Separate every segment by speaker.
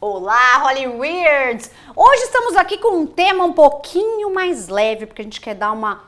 Speaker 1: Olá, Holly Weirds! Hoje estamos aqui com um tema um pouquinho mais leve, porque a gente quer dar uma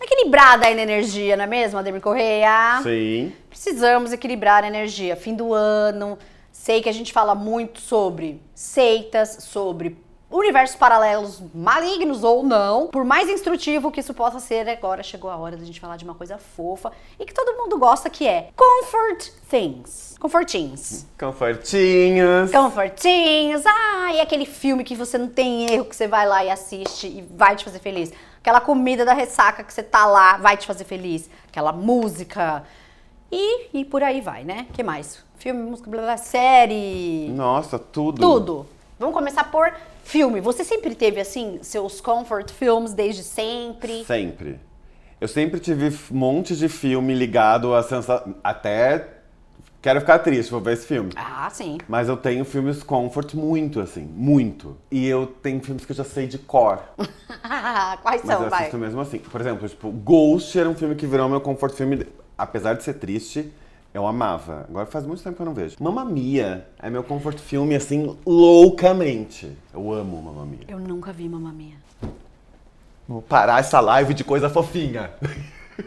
Speaker 1: equilibrada aí na energia, não é mesmo, Ademir Correia?
Speaker 2: Sim.
Speaker 1: Precisamos equilibrar a energia. Fim do ano, sei que a gente fala muito sobre seitas, sobre universos paralelos malignos ou não. Por mais instrutivo que isso possa ser, agora chegou a hora da gente falar de uma coisa fofa e que todo mundo gosta, que é comfort things. Confortinhos.
Speaker 2: Confortinhos.
Speaker 1: Confortinhos. Ah, e aquele filme que você não tem erro, que você vai lá e assiste e vai te fazer feliz. Aquela comida da ressaca que você tá lá, vai te fazer feliz. Aquela música. E, e por aí vai, né? que mais? Filme, música, blá, blá, série.
Speaker 2: Nossa, tudo.
Speaker 1: Tudo. Vamos começar por filme. Você sempre teve, assim, seus comfort films desde sempre?
Speaker 2: Sempre. Eu sempre tive f- um monte de filme ligado a sensação. Até. Quero ficar triste, vou ver esse filme.
Speaker 1: Ah, sim.
Speaker 2: Mas eu tenho filmes comfort muito, assim, muito. E eu tenho filmes que eu já sei de cor.
Speaker 1: Quais
Speaker 2: Mas
Speaker 1: são,
Speaker 2: eu
Speaker 1: Então, vai?
Speaker 2: assisto mesmo assim. Por exemplo, tipo, Ghost era um filme que virou meu comfort filme. Apesar de ser triste, eu amava. Agora faz muito tempo que eu não vejo. Mamma Mia é meu comfort filme, assim, loucamente. Eu amo Mamma Mia.
Speaker 1: Eu nunca vi Mamma Mia.
Speaker 2: Vou parar essa live de coisa fofinha.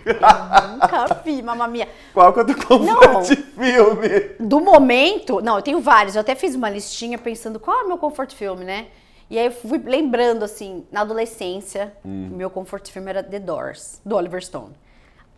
Speaker 1: Nunca vi Mamma Mia.
Speaker 2: Qual que é o teu
Speaker 1: Não.
Speaker 2: comfort filme?
Speaker 1: Do momento, não, eu tenho vários. Eu até fiz uma listinha pensando qual é o meu comfort filme, né? E aí eu fui lembrando, assim, na adolescência,
Speaker 2: Hum.
Speaker 1: meu comfort filme era The Doors, do Oliver Stone.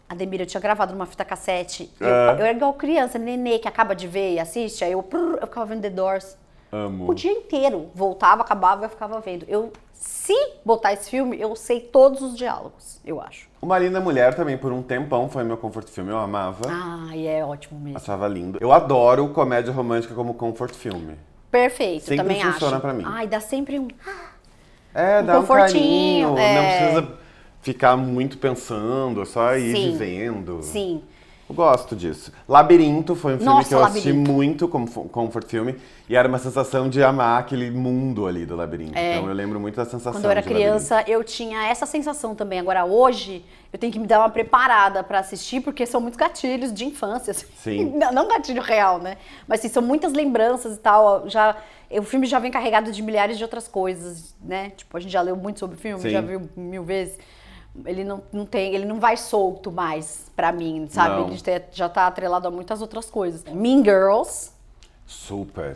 Speaker 1: Ademir, eu tinha gravado numa fita cassete. e Eu,
Speaker 2: É.
Speaker 1: eu era igual criança, nenê, que acaba de ver e assiste. Aí eu, prrr, eu ficava vendo The Doors
Speaker 2: Amo.
Speaker 1: o dia inteiro. Voltava, acabava, eu ficava vendo. Eu, se botar esse filme, eu sei todos os diálogos, eu acho.
Speaker 2: Uma Linda Mulher também, por um tempão, foi meu comfort filme. Eu amava.
Speaker 1: Ah, e é ótimo mesmo.
Speaker 2: Achava lindo. Eu adoro comédia romântica como comfort filme.
Speaker 1: Perfeito,
Speaker 2: Sempre
Speaker 1: também acho.
Speaker 2: funciona pra mim.
Speaker 1: Ai, dá sempre um...
Speaker 2: É,
Speaker 1: Um
Speaker 2: dá um
Speaker 1: confortinho,
Speaker 2: carinho.
Speaker 1: é.
Speaker 2: Não precisa ficar muito pensando, é só ir
Speaker 1: Sim.
Speaker 2: vivendo.
Speaker 1: Sim.
Speaker 2: Eu gosto disso. Labirinto foi um filme
Speaker 1: Nossa,
Speaker 2: que eu assisti
Speaker 1: Labirinto.
Speaker 2: muito como fo- comfort filme. E era uma sensação de amar aquele mundo ali do labirinto. Então eu lembro muito da sensação
Speaker 1: É. Quando eu era
Speaker 2: de Labirinto.
Speaker 1: criança, eu tinha essa sensação também. Agora, hoje, eu tenho que me dar uma preparada pra assistir, porque são muitos gatilhos de infância. assim.
Speaker 2: Sim.
Speaker 1: Não, não gatilho real, né? Mas assim, são muitas lembranças e tal. Já, o filme já vem carregado de milhares de outras coisas, né? Tipo, a gente já leu muito sobre o filme,
Speaker 2: Sim.
Speaker 1: já viu mil vezes. Ele não, não tem, ele não vai solto mais pra mim, sabe?
Speaker 2: Não.
Speaker 1: Ele te- já tá atrelado a muitas outras coisas. Mean Girls,
Speaker 2: Super.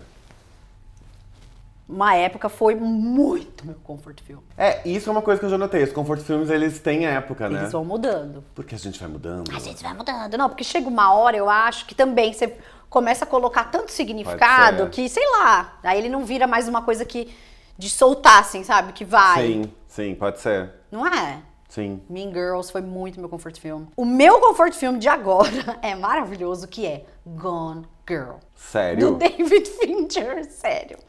Speaker 1: uma época, foi muito meu comfort film.
Speaker 2: É, isso é uma coisa que eu já notei. Os comfort filmes, eles têm época, né?
Speaker 1: Eles vão mudando.
Speaker 2: Porque a gente vai mudando.
Speaker 1: A gente vai mudando. Não, porque chega uma hora, eu acho, que também você começa a colocar tanto significado
Speaker 2: ser.
Speaker 1: que, sei lá, aí ele não vira mais uma coisa que de soltar, assim, sabe? Que vai.
Speaker 2: Sim, sim, pode ser.
Speaker 1: Não é?
Speaker 2: Sim.
Speaker 1: Mean Girls foi muito meu comfort film. O meu comfort film de agora é maravilhoso, que é Gone Girl. Do
Speaker 2: Sério?
Speaker 1: David Fincher, sério.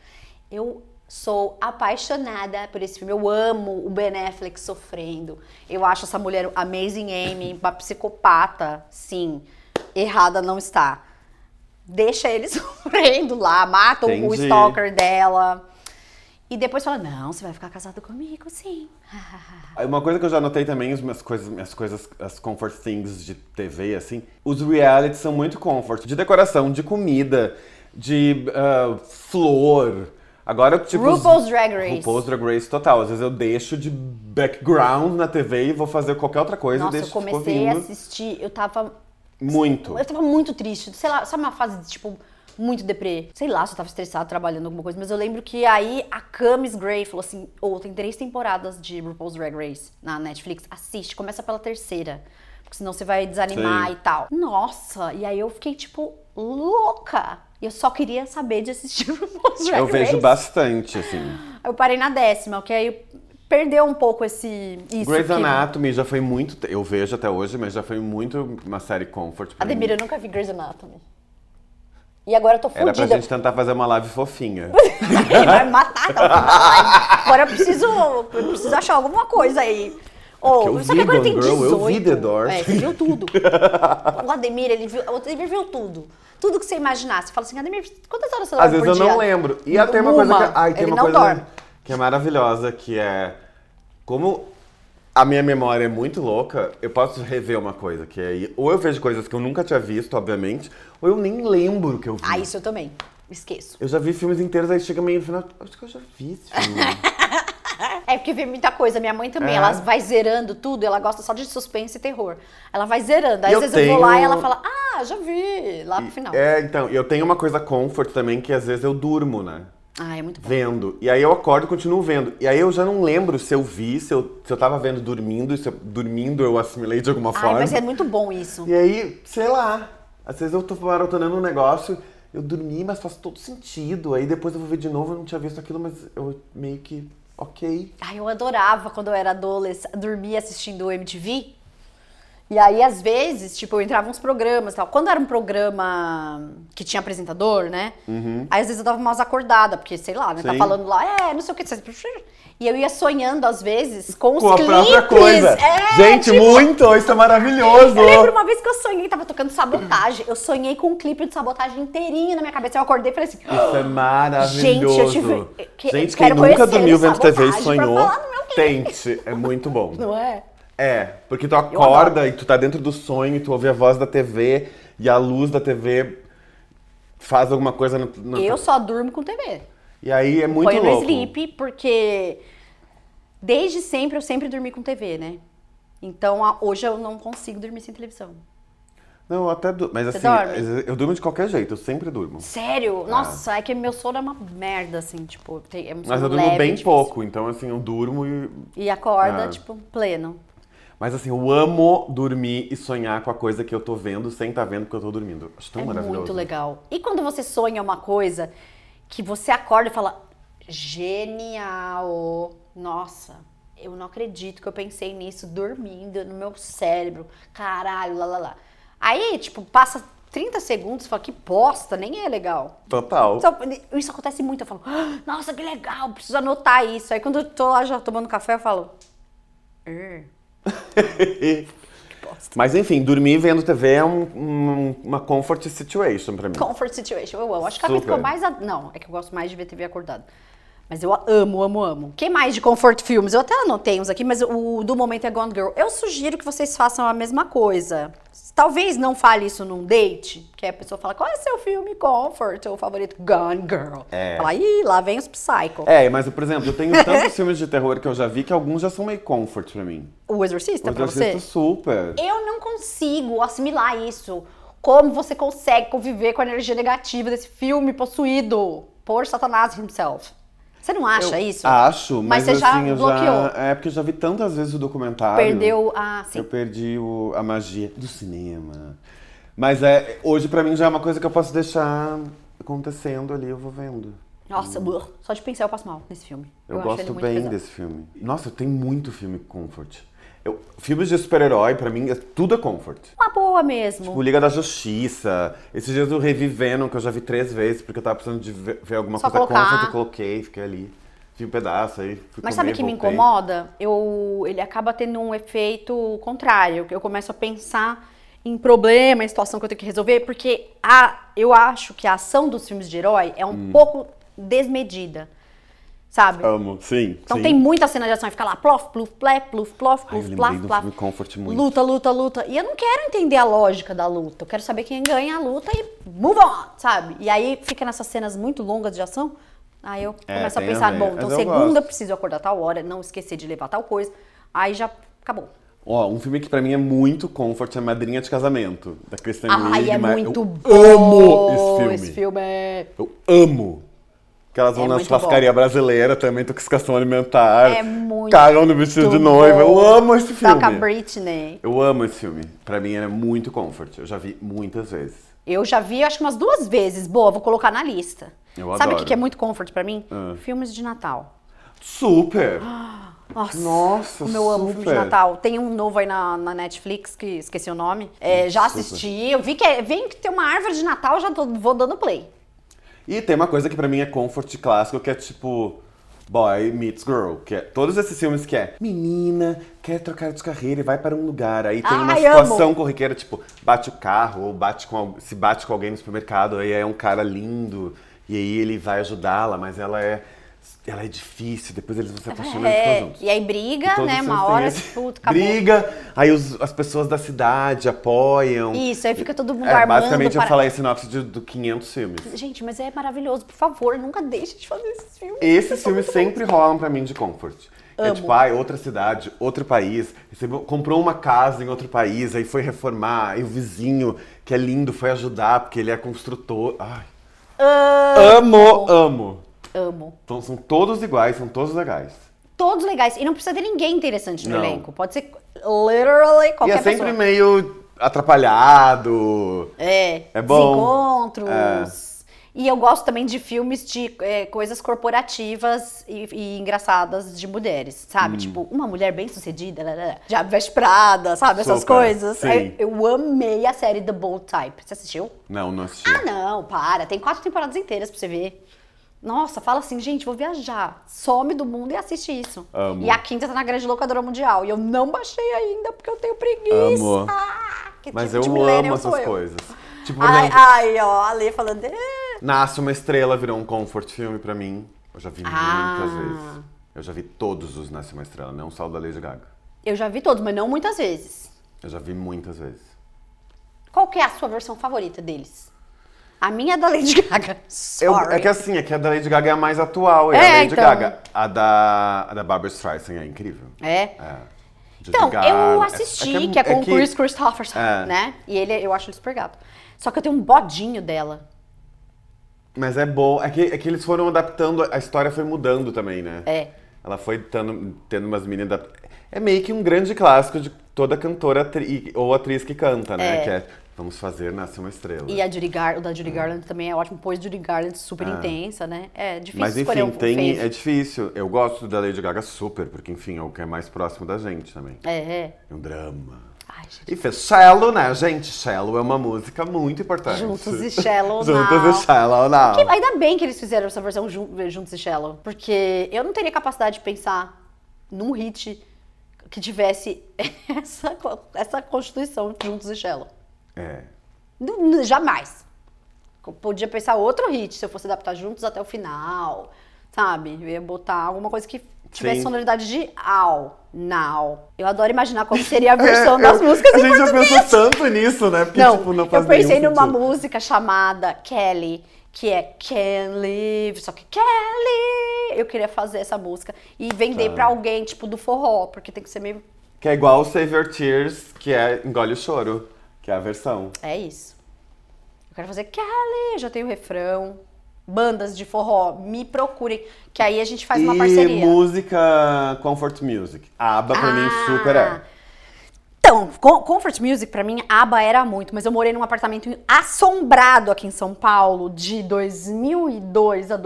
Speaker 1: Eu sou apaixonada por esse filme. Eu amo o Ben Affleck sofrendo. Eu acho essa mulher amazing Amy, uma psicopata, sim. Errada não está. Deixa ele sofrendo lá, mata o- o
Speaker 2: Entendi.
Speaker 1: stalker dela. E depois fala: "Não, você vai ficar casado comigo, sim".
Speaker 2: Uma coisa que eu já notei também, as minhas coisas, minhas coisas, as comfort things de TV, assim, os realities são muito comfort. De decoração, de comida, de ah, flor. Agora, tipo. os-
Speaker 1: RuPaul's Drag Race.
Speaker 2: RuPaul's Drag Race total. Às vezes eu deixo de background na TV e vou fazer qualquer outra coisa
Speaker 1: Nossa,
Speaker 2: e
Speaker 1: eu
Speaker 2: deixo tipo,
Speaker 1: comecei a
Speaker 2: ouvindo.
Speaker 1: assistir, eu tava
Speaker 2: Muito.
Speaker 1: Eu tava muito triste. Sei lá, sabe uma fase de, tipo, muito deprê? Sei lá se eu tava estressada trabalhando alguma coisa, mas eu lembro que aí a Camis Gray falou assim: ou tem três temporadas de RuPaul's Drag Race na Netflix. Assiste, começa pela terceira. Porque senão você vai desanimar
Speaker 2: Sim.
Speaker 1: e tal. Nossa, e aí eu fiquei, tipo, louca. E eu só queria saber de assistir RuPaul's Drag
Speaker 2: Eu
Speaker 1: Race.
Speaker 2: vejo bastante, assim.
Speaker 1: Eu parei na décima, que aí perdeu um pouco esse. Isso
Speaker 2: Grey's
Speaker 1: que-
Speaker 2: Anatomy já foi muito. te- Eu vejo até hoje, mas já foi muito uma série comfort. Pra
Speaker 1: Ademir,
Speaker 2: mim.
Speaker 1: eu nunca vi Grey's Anatomy. E agora eu tô
Speaker 2: Era pra
Speaker 1: fodida.
Speaker 2: gente tentar fazer uma live fofinha.
Speaker 1: Ele vai matar ela. Agora eu preciso, eu preciso achar alguma coisa aí. Oh,
Speaker 2: Porque eu
Speaker 1: só
Speaker 2: vi
Speaker 1: que agora
Speaker 2: Gone
Speaker 1: tem
Speaker 2: Girl,
Speaker 1: 18.
Speaker 2: eu vi The Doors.
Speaker 1: É, você viu tudo. O Ademir, ele viu, o Ademir viu tudo. Tudo que você imaginasse. Você fala assim, Ademir, quantas horas você dorme
Speaker 2: Às vezes
Speaker 1: por
Speaker 2: eu
Speaker 1: dia?
Speaker 2: não lembro. E até tem uma coisa que. Ai, tem
Speaker 1: ele
Speaker 2: uma
Speaker 1: não
Speaker 2: coisa
Speaker 1: dorme.
Speaker 2: que é maravilhosa, que é. Como a minha memória é muito louca, eu posso rever uma coisa, que é. Ou eu vejo coisas que eu nunca tinha visto, obviamente, ou eu nem lembro que eu vi.
Speaker 1: Ah, isso eu também. esqueço.
Speaker 2: Eu já vi filmes inteiros, aí chega meio no final. Acho que eu já vi esse filme.
Speaker 1: É porque vê muita coisa. Minha mãe também,
Speaker 2: É.
Speaker 1: ela vai zerando tudo, ela gosta só de suspense e terror. Ela vai zerando. Aí
Speaker 2: Eu
Speaker 1: às vezes eu vou lá e
Speaker 2: tenho-
Speaker 1: ela fala, ah, já vi, lá pro final.
Speaker 2: É, então, eu tenho uma coisa comfort também, que às vezes eu durmo, né?
Speaker 1: Ah, é muito bom.
Speaker 2: Vendo. E aí eu acordo e continuo vendo. E aí eu já não lembro se eu vi, se eu, se eu tava vendo dormindo, se eu, dormindo eu assimilei de alguma
Speaker 1: Ai,
Speaker 2: forma.
Speaker 1: mas é muito bom isso.
Speaker 2: E aí, sei lá, às vezes eu tô maratonando um negócio, eu dormi, mas faz todo sentido. Aí depois eu vou ver de novo, eu não tinha visto aquilo, mas eu meio que. Ok.
Speaker 1: Ai, eu adorava quando eu era adolescente, dormia assistindo o MTV. E aí, às vezes, tipo, eu entrava uns programas e tal. Quando era um programa que tinha apresentador, né? Aí, às vezes, eu dava umas acordadas, porque, sei lá, né? Tá
Speaker 2: Uhum. Sim.
Speaker 1: falando lá, é, não sei o que. E eu ia sonhando, às vezes, com os
Speaker 2: Com a
Speaker 1: clipes.
Speaker 2: própria coisa.
Speaker 1: É,
Speaker 2: Gente,
Speaker 1: tipo,
Speaker 2: muito! Isso é maravilhoso!
Speaker 1: Eu lembro uma vez que eu sonhei, tava tocando sabotagem. Eu sonhei com um clipe de sabotagem inteirinho na minha cabeça. Eu acordei e falei assim...
Speaker 2: Isso é maravilhoso.
Speaker 1: Gente, eu tive- que-
Speaker 2: Gente, quem
Speaker 1: quero
Speaker 2: nunca
Speaker 1: conhecer
Speaker 2: dormiu
Speaker 1: essa
Speaker 2: vendo TV e
Speaker 1: vontade pra
Speaker 2: sonhou,
Speaker 1: falar no meu
Speaker 2: tente. É muito bom.
Speaker 1: Não é?
Speaker 2: É, porque tu acorda e tu tá dentro do sonho e tu ouve a voz da TV e a luz da TV faz alguma coisa na, na
Speaker 1: Eu só durmo com TV.
Speaker 2: E aí é muito
Speaker 1: Põe no
Speaker 2: louco.
Speaker 1: sleep, porque desde sempre eu sempre dormi com TV, né? Então a- hoje eu não consigo dormir sem televisão.
Speaker 2: Não, eu até durmo. Mas assim,
Speaker 1: dorme?
Speaker 2: eu durmo de qualquer jeito, eu sempre durmo.
Speaker 1: Sério? Nossa, é que meu sono é uma merda, assim, tipo, tem- é um sono
Speaker 2: Mas eu durmo
Speaker 1: leve,
Speaker 2: bem
Speaker 1: difícil.
Speaker 2: pouco, então assim, eu durmo e.
Speaker 1: E acorda,
Speaker 2: Ah.
Speaker 1: tipo, pleno.
Speaker 2: Mas assim, eu amo dormir e sonhar com a coisa que eu tô vendo sem tá vendo que eu tô dormindo. Acho tão
Speaker 1: é
Speaker 2: maravilhoso.
Speaker 1: muito legal. E quando você sonha uma coisa que você acorda e fala, genial! Nossa, eu não acredito que eu pensei nisso dormindo no meu cérebro. Caralho, lá, lá, lá. Aí, tipo, passa 30 segundos e fala, que bosta, nem é legal.
Speaker 2: Total.
Speaker 1: Só- Isso acontece muito, eu falo, "Ah, nossa, que legal, preciso anotar isso. Aí quando eu tô lá já tomando café, eu falo, "Er,
Speaker 2: Mas enfim, dormir vendo TV é um- um- uma comfort situation pra mim.
Speaker 1: Comfort situation, eu amo. Acho que a coisa que
Speaker 2: Super.
Speaker 1: eu mais. ad- Não, é que eu gosto mais de ver TV acordado. Mas eu amo, amo, amo. Quem mais de Comfort Filmes? Eu até anotei uns aqui, mas o do momento é Gone Girl. Eu sugiro que vocês façam a mesma coisa. Talvez não fale isso num date, que aí a pessoa fala, qual é seu filme Comfort, ou favorito? Gone Girl.
Speaker 2: É.
Speaker 1: Fala, ih, lá vem os Psycho.
Speaker 2: É, mas por exemplo, eu tenho tantos filmes de terror que eu já vi que alguns já são meio comfort pra mim.
Speaker 1: O Exorcista,
Speaker 2: Mas
Speaker 1: Tá pra
Speaker 2: eu
Speaker 1: você?
Speaker 2: assisto super.
Speaker 1: Eu não consigo assimilar isso. Como você consegue conviver com a energia negativa desse filme possuído por Satanás himself? Você não acha isso?
Speaker 2: Acho, mas,
Speaker 1: você já
Speaker 2: assim, eu já.
Speaker 1: bloqueou.
Speaker 2: É porque eu já vi tantas vezes o documentário.
Speaker 1: Perdeu assim? a.
Speaker 2: Eu
Speaker 1: Sim.
Speaker 2: perdi o- a magia do cinema. Mas é, hoje pra mim já é uma coisa que eu posso deixar acontecendo ali, eu vou vendo.
Speaker 1: Nossa, burro. só de pensar eu passo mal nesse filme.
Speaker 2: Eu,
Speaker 1: acho ele
Speaker 2: gosto
Speaker 1: muito
Speaker 2: bem
Speaker 1: pesado.
Speaker 2: desse filme. Nossa, tem muito filme comfort. Eu, filmes de super-herói, pra mim, é, tudo é comfort.
Speaker 1: Uma boa mesmo.
Speaker 2: O Tipo, Liga da Justiça. Esses dias eu revi Venom, que eu já vi três vezes, porque eu tava precisando de ver, ver alguma
Speaker 1: Só
Speaker 2: coisa
Speaker 1: colocar.
Speaker 2: comfort, eu coloquei, fiquei ali. Vi um pedaço aí. Fui
Speaker 1: Mas sabe o
Speaker 2: comer,
Speaker 1: que me
Speaker 2: voltei.
Speaker 1: incomoda? Eu, ele acaba tendo um efeito contrário. que Eu começo a pensar em problema, em situação que eu tenho que resolver, porque a, eu acho que a ação dos filmes de herói é um
Speaker 2: Hum.
Speaker 1: pouco desmedida. Sabe?
Speaker 2: Amo, sim.
Speaker 1: Então
Speaker 2: sim.
Speaker 1: tem muita cena de ação, aí fica lá, plof, pluf, plé, pluf, plof,
Speaker 2: Ai, eu
Speaker 1: pluf,
Speaker 2: lembrei
Speaker 1: plaf,
Speaker 2: do
Speaker 1: plaf.
Speaker 2: filme Comfort muito.
Speaker 1: Luta, luta, luta. E eu não quero entender a lógica da luta. Eu quero saber quem ganha a luta e move on, sabe? E aí fica nessas cenas muito longas de ação. Aí eu
Speaker 2: É,
Speaker 1: começo a
Speaker 2: tem a
Speaker 1: pensar,
Speaker 2: ver.
Speaker 1: bom,
Speaker 2: Mas
Speaker 1: então
Speaker 2: eu
Speaker 1: segunda
Speaker 2: gosto.
Speaker 1: eu preciso acordar tal hora, não esquecer de levar tal coisa. Aí já acabou.
Speaker 2: Ó, um filme que pra mim é muito comfort é Madrinha de Casamento, da Kristen
Speaker 1: Ai,
Speaker 2: Wiig,
Speaker 1: é
Speaker 2: mas
Speaker 1: muito
Speaker 2: eu
Speaker 1: bom.
Speaker 2: Amo esse filme.
Speaker 1: é...
Speaker 2: Eu amo. Que elas vão
Speaker 1: É
Speaker 2: na
Speaker 1: muito
Speaker 2: churrascaria brasileira também, intoxicação alimentar.
Speaker 1: É muito
Speaker 2: Cagam no vestido de
Speaker 1: bom.
Speaker 2: noiva. Eu amo esse filme.
Speaker 1: Toca a Britney.
Speaker 2: Eu amo esse filme. Pra mim era muito comfort. Eu já vi muitas vezes.
Speaker 1: Eu já vi, acho que umas duas vezes. Boa, vou colocar na lista.
Speaker 2: Eu
Speaker 1: Sabe o que
Speaker 2: adoro.
Speaker 1: que é muito comfort pra mim?
Speaker 2: Ah.
Speaker 1: Filmes de Natal.
Speaker 2: Super!
Speaker 1: Nossa,
Speaker 2: Nossa,
Speaker 1: como eu amo filme de
Speaker 2: super.
Speaker 1: Natal. Tem um novo aí na, na Netflix, que esqueci o nome. É,
Speaker 2: Hum,
Speaker 1: já assisti, eu vi que é, vem que tem uma árvore de Natal, já tô- vou dando play.
Speaker 2: E tem uma coisa que pra mim é comfort clássico, que é tipo Boy Meets Girl, que é todos esses filmes que é menina quer trocar de carreira e vai para um lugar, aí tem uma
Speaker 1: Ah, Ai,
Speaker 2: situação corriqueira, tipo, bate o carro ou bate com al- se bate com alguém no supermercado, aí é um cara lindo e aí ele vai ajudá-la, mas ela é Ela é difícil, depois eles vão se apaixonando e ficam
Speaker 1: É,
Speaker 2: juntos.
Speaker 1: e aí briga,
Speaker 2: E todos
Speaker 1: né?
Speaker 2: os
Speaker 1: Uma
Speaker 2: seus
Speaker 1: hora,
Speaker 2: têm esse-
Speaker 1: tipo, acabou.
Speaker 2: Briga, aí os- as pessoas da cidade apoiam.
Speaker 1: Isso, aí fica todo mundo
Speaker 2: É,
Speaker 1: armando.
Speaker 2: basicamente
Speaker 1: para-
Speaker 2: eu falei a sinopse de, do 500 filmes.
Speaker 1: Gente, mas é maravilhoso, por favor, nunca deixe de fazer esses filmes.
Speaker 2: Esses filmes sempre rolam pra mim de comfort. É
Speaker 1: Amo.
Speaker 2: tipo, ai, outra cidade, outro país. recebeu- comprou uma casa em outro país, aí foi reformar, aí o vizinho, que é lindo, foi ajudar, porque ele é construtor. Ai. Amo, amo.
Speaker 1: Amo.
Speaker 2: Então são todos iguais, são todos legais.
Speaker 1: Todos legais. E não precisa ter ninguém interessante no
Speaker 2: Não.
Speaker 1: elenco. Pode ser literally
Speaker 2: e
Speaker 1: qualquer
Speaker 2: é sempre
Speaker 1: pessoa.
Speaker 2: meio atrapalhado.
Speaker 1: É,
Speaker 2: É bom. É.
Speaker 1: desencontros. E eu gosto também de filmes de é, coisas corporativas e, e engraçadas de mulheres, sabe?
Speaker 2: Hum.
Speaker 1: Tipo, uma mulher bem sucedida, lá, lá, lá. já veste Prada, sabe? Essas
Speaker 2: Super,
Speaker 1: coisas.
Speaker 2: sim.
Speaker 1: Aí Eu amei a série The Bold Type. Você assistiu?
Speaker 2: Não, não assisti.
Speaker 1: Ah, não, para. Tem quatro temporadas inteiras pra você ver. Nossa, fala assim, gente, vou viajar. Some do mundo e assiste isso.
Speaker 2: Amo.
Speaker 1: E a quinta tá na grande locadora mundial. E eu não baixei ainda porque eu tenho preguiça.
Speaker 2: Amo.
Speaker 1: Que
Speaker 2: Mas
Speaker 1: tipo de
Speaker 2: eu amo
Speaker 1: millennial sou
Speaker 2: essas
Speaker 1: eu?
Speaker 2: coisas. Tipo, por
Speaker 1: Ai,
Speaker 2: exemplo,
Speaker 1: ai, ó, a Lê falando. "Eh".
Speaker 2: Nasce uma Estrela virou um comfort filme pra mim. Eu já vi
Speaker 1: Ah.
Speaker 2: muitas vezes. Eu já vi todos os Nasce uma Estrela, não só o da Lady Gaga.
Speaker 1: Eu já vi todos, mas não muitas vezes.
Speaker 2: Eu já vi muitas vezes.
Speaker 1: Qual que é a sua versão favorita deles? A minha é da Lady Gaga.
Speaker 2: Eu-
Speaker 1: Sorry.
Speaker 2: é que assim, é que a da Lady Gaga é a mais atual, é,
Speaker 1: É,
Speaker 2: a Lady
Speaker 1: então.
Speaker 2: Gaga. A da, a da Barbara Streisand é incrível.
Speaker 1: É.
Speaker 2: É. Lady
Speaker 1: Então,
Speaker 2: Gaga,
Speaker 1: eu
Speaker 2: é-
Speaker 1: assisti, que, é com o Chris Christopherson,
Speaker 2: É.
Speaker 1: né? E ele, eu acho ele super gato. Só que eu tenho um bodinho dela.
Speaker 2: Mas é bom, é que, é que eles foram adaptando, a história foi mudando também, né?
Speaker 1: É.
Speaker 2: Ela foi tando, tendo umas mini adap- É meio que um grande clássico de toda cantora atri- ou atriz que canta, né?
Speaker 1: É.
Speaker 2: Que é Vamos Fazer Nascer uma Estrela.
Speaker 1: E é a Judy Gar o da
Speaker 2: Hum.
Speaker 1: Judy Garland também é ótimo, pois Judy Garland super intensa, né? É difícil
Speaker 2: Mas
Speaker 1: escolher
Speaker 2: enfim,
Speaker 1: um
Speaker 2: tem, é
Speaker 1: favorite.
Speaker 2: difícil. Eu gosto da Lady Gaga super, porque enfim, é o que é mais próximo da gente também.
Speaker 1: É, é.
Speaker 2: É um drama.
Speaker 1: Ai, gente.
Speaker 2: E fez Shallow, né, gente? Shallow é uma música muito importante.
Speaker 1: Juntos e Shallow
Speaker 2: Juntos
Speaker 1: Now.
Speaker 2: e Shallow Now.
Speaker 1: Que- ainda bem que eles fizeram essa versão jun- juntos e Shallow, porque eu não teria capacidade de pensar num hit que tivesse essa, co- essa constituição juntos e Shallow.
Speaker 2: É.
Speaker 1: Nu- nu- Jamais. Eu podia pensar outro hit se eu fosse adaptar juntos até o final, sabe? Eu ia botar alguma coisa que tivesse
Speaker 2: Sim.
Speaker 1: sonoridade de ao, now. Eu adoro imaginar qual seria a versão das
Speaker 2: É, eu-
Speaker 1: músicas
Speaker 2: A
Speaker 1: em
Speaker 2: gente já
Speaker 1: português.
Speaker 2: pensou tanto nisso, né? Porque,
Speaker 1: Não,
Speaker 2: tipo, não faz
Speaker 1: eu pensei
Speaker 2: nenhum
Speaker 1: numa
Speaker 2: sentido.
Speaker 1: música chamada Kelly, que é Can Live, só que Kelly! Eu queria fazer essa música e vender
Speaker 2: Tá.
Speaker 1: pra alguém, tipo, do forró, porque tem que ser meio.
Speaker 2: Que é igual o Save Your Tears, que é Engole o Choro, que é a versão.
Speaker 1: É isso. Eu quero fazer Kelly, já tenho o refrão. Bandas de forró, me procurem, que aí a gente faz uma
Speaker 2: e
Speaker 1: parceria.
Speaker 2: música Comfort Music. A aba pra mim
Speaker 1: Ah.
Speaker 2: super é.
Speaker 1: Então, com- comfort music pra mim, aba era muito, mas eu morei num apartamento assombrado aqui em São Paulo de 2002 a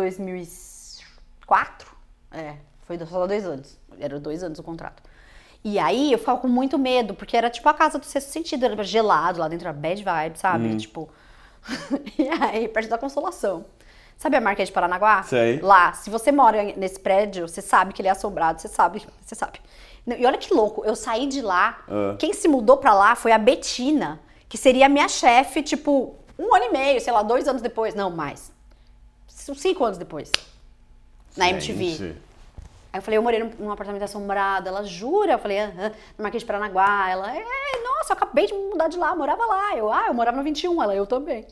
Speaker 1: 2004. É, foi só dois anos. Era dois anos o contrato. E aí eu ficava com muito medo, porque era tipo a casa do sexto sentido, era gelado lá dentro, era bad vibe, sabe? Tipo. e aí, perto da consolação. Sabe a Marquês de Paranaguá?
Speaker 2: Sei.
Speaker 1: lá, se você mora em- nesse prédio, você sabe que ele é assombrado, você sabe, você sabe. Não, E olha que louco, eu saí de lá,
Speaker 2: Ah.
Speaker 1: quem se mudou pra lá foi a Betina, que seria a minha chefe, tipo, um ano e meio, sei lá, dois anos depois, não, mais. Uns Cinco anos depois. Na MTV.
Speaker 2: Gente,
Speaker 1: Aí eu falei, eu morei num, num apartamento assombrado. Ela jura? Eu falei, aham, no Marquês de Paranaguá. Ela, é, nossa, eu acabei de me mudar de lá, eu morava lá. Eu, ah, eu morava no 21. Ela, eu também.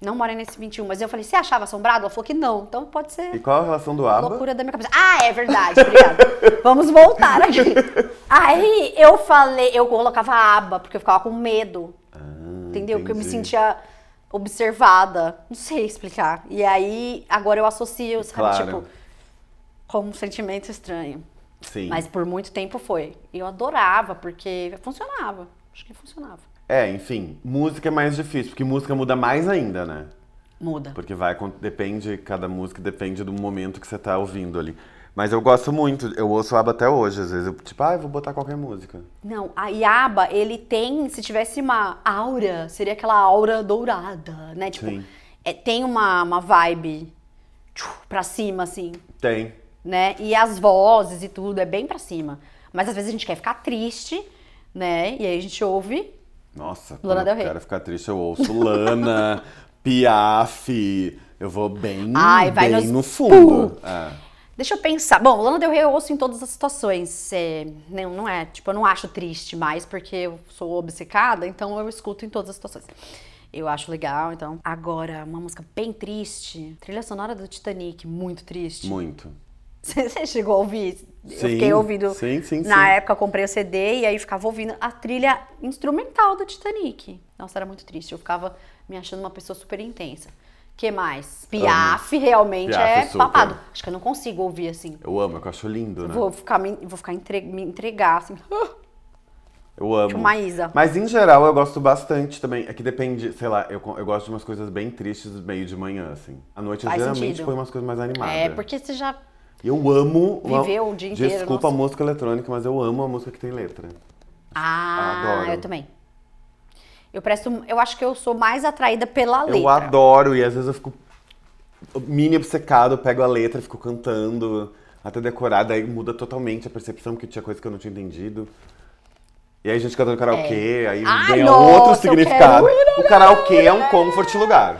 Speaker 1: Não mora nesse 21. Mas eu falei, você achava assombrado? Ela falou que não. Então pode ser.
Speaker 2: E qual a relação do aba?
Speaker 1: Loucura da minha cabeça. Ah, é verdade, obrigada. Vamos voltar aqui. Aí eu falei, eu colocava a aba, porque eu ficava com medo. entendeu? Porque eu me
Speaker 2: Ah, entendi.
Speaker 1: sentia observada. Não sei explicar. E aí, agora eu associo, sabe?
Speaker 2: Claro.
Speaker 1: Tipo, com um sentimento estranho.
Speaker 2: Sim.
Speaker 1: Mas por muito tempo foi. E eu adorava, porque funcionava. Acho que funcionava.
Speaker 2: É, enfim, música é mais difícil, porque música muda mais ainda, né?
Speaker 1: Muda.
Speaker 2: Porque vai, acon- depende, cada música depende do momento que você tá ouvindo ali. Mas eu gosto muito, eu ouço aba até hoje, às vezes. Eu, tipo, ah, eu vou botar qualquer música.
Speaker 1: Não, a Yaba, ele tem, se tivesse uma aura, seria aquela aura dourada, né? Tipo,
Speaker 2: Sim.
Speaker 1: é, tem uma, uma vibe tchu, pra cima, assim,
Speaker 2: Tem.
Speaker 1: né? E as vozes e tudo, é bem pra cima. Mas às vezes a gente quer ficar triste, né? E aí a gente ouve.
Speaker 2: Nossa,
Speaker 1: Lana
Speaker 2: quando
Speaker 1: Del
Speaker 2: eu
Speaker 1: Rey.
Speaker 2: quero ficar triste, eu ouço Lana, Piaf, Eu vou bem,
Speaker 1: Ai, vai
Speaker 2: bem
Speaker 1: nos-
Speaker 2: no fundo. É.
Speaker 1: Deixa eu pensar. Bom, Lana Del Rey eu ouço em todas as situações. É, não, não é, tipo, eu não acho triste mais porque eu sou obcecada, então eu escuto em todas as situações. Eu acho legal, então. Agora, uma música bem triste. Trilha sonora do Titanic, muito triste.
Speaker 2: Muito.
Speaker 1: Você chegou a ouvir? eu
Speaker 2: Sim,
Speaker 1: fiquei ouvindo.
Speaker 2: sim, sim,
Speaker 1: Na
Speaker 2: sim.
Speaker 1: época eu comprei o CD e aí ficava ouvindo a trilha instrumental do Titanic. Nossa, era muito triste. Eu ficava me achando uma pessoa super intensa. que mais? Piaf realmente
Speaker 2: Piaf,
Speaker 1: é
Speaker 2: super.
Speaker 1: papado. Acho que eu não consigo ouvir assim.
Speaker 2: Eu amo, eu acho lindo, né?
Speaker 1: Vou ficar, me, vou ficar entre- me entregar, assim.
Speaker 2: Eu amo.
Speaker 1: Tipo uma Isa.
Speaker 2: Mas em geral eu gosto bastante também. É que depende, sei lá, eu, eu gosto de umas coisas bem tristes meio de manhã, assim. À noite eu
Speaker 1: Faz
Speaker 2: geralmente
Speaker 1: sentido.
Speaker 2: põe umas coisas mais animadas.
Speaker 1: É, porque você já.
Speaker 2: Eu amo.
Speaker 1: Viveu o dia inteiro,
Speaker 2: Desculpa
Speaker 1: nossa.
Speaker 2: a música eletrônica, mas eu amo a música que tem letra.
Speaker 1: Ah,
Speaker 2: Adoro.
Speaker 1: eu também. Eu presto. Eu acho que eu sou mais atraída pela letra.
Speaker 2: Eu adoro, e às vezes eu fico mini obcecado, eu pego a letra, fico cantando até decorar, daí muda totalmente a percepção, porque tinha coisa que eu não tinha entendido. E aí a gente canta no karaokê, aí
Speaker 1: Ai,
Speaker 2: ganha
Speaker 1: É. Ah, nossa, eu
Speaker 2: outro
Speaker 1: quero
Speaker 2: significado.
Speaker 1: ir
Speaker 2: O karaokê é um comfort lugar.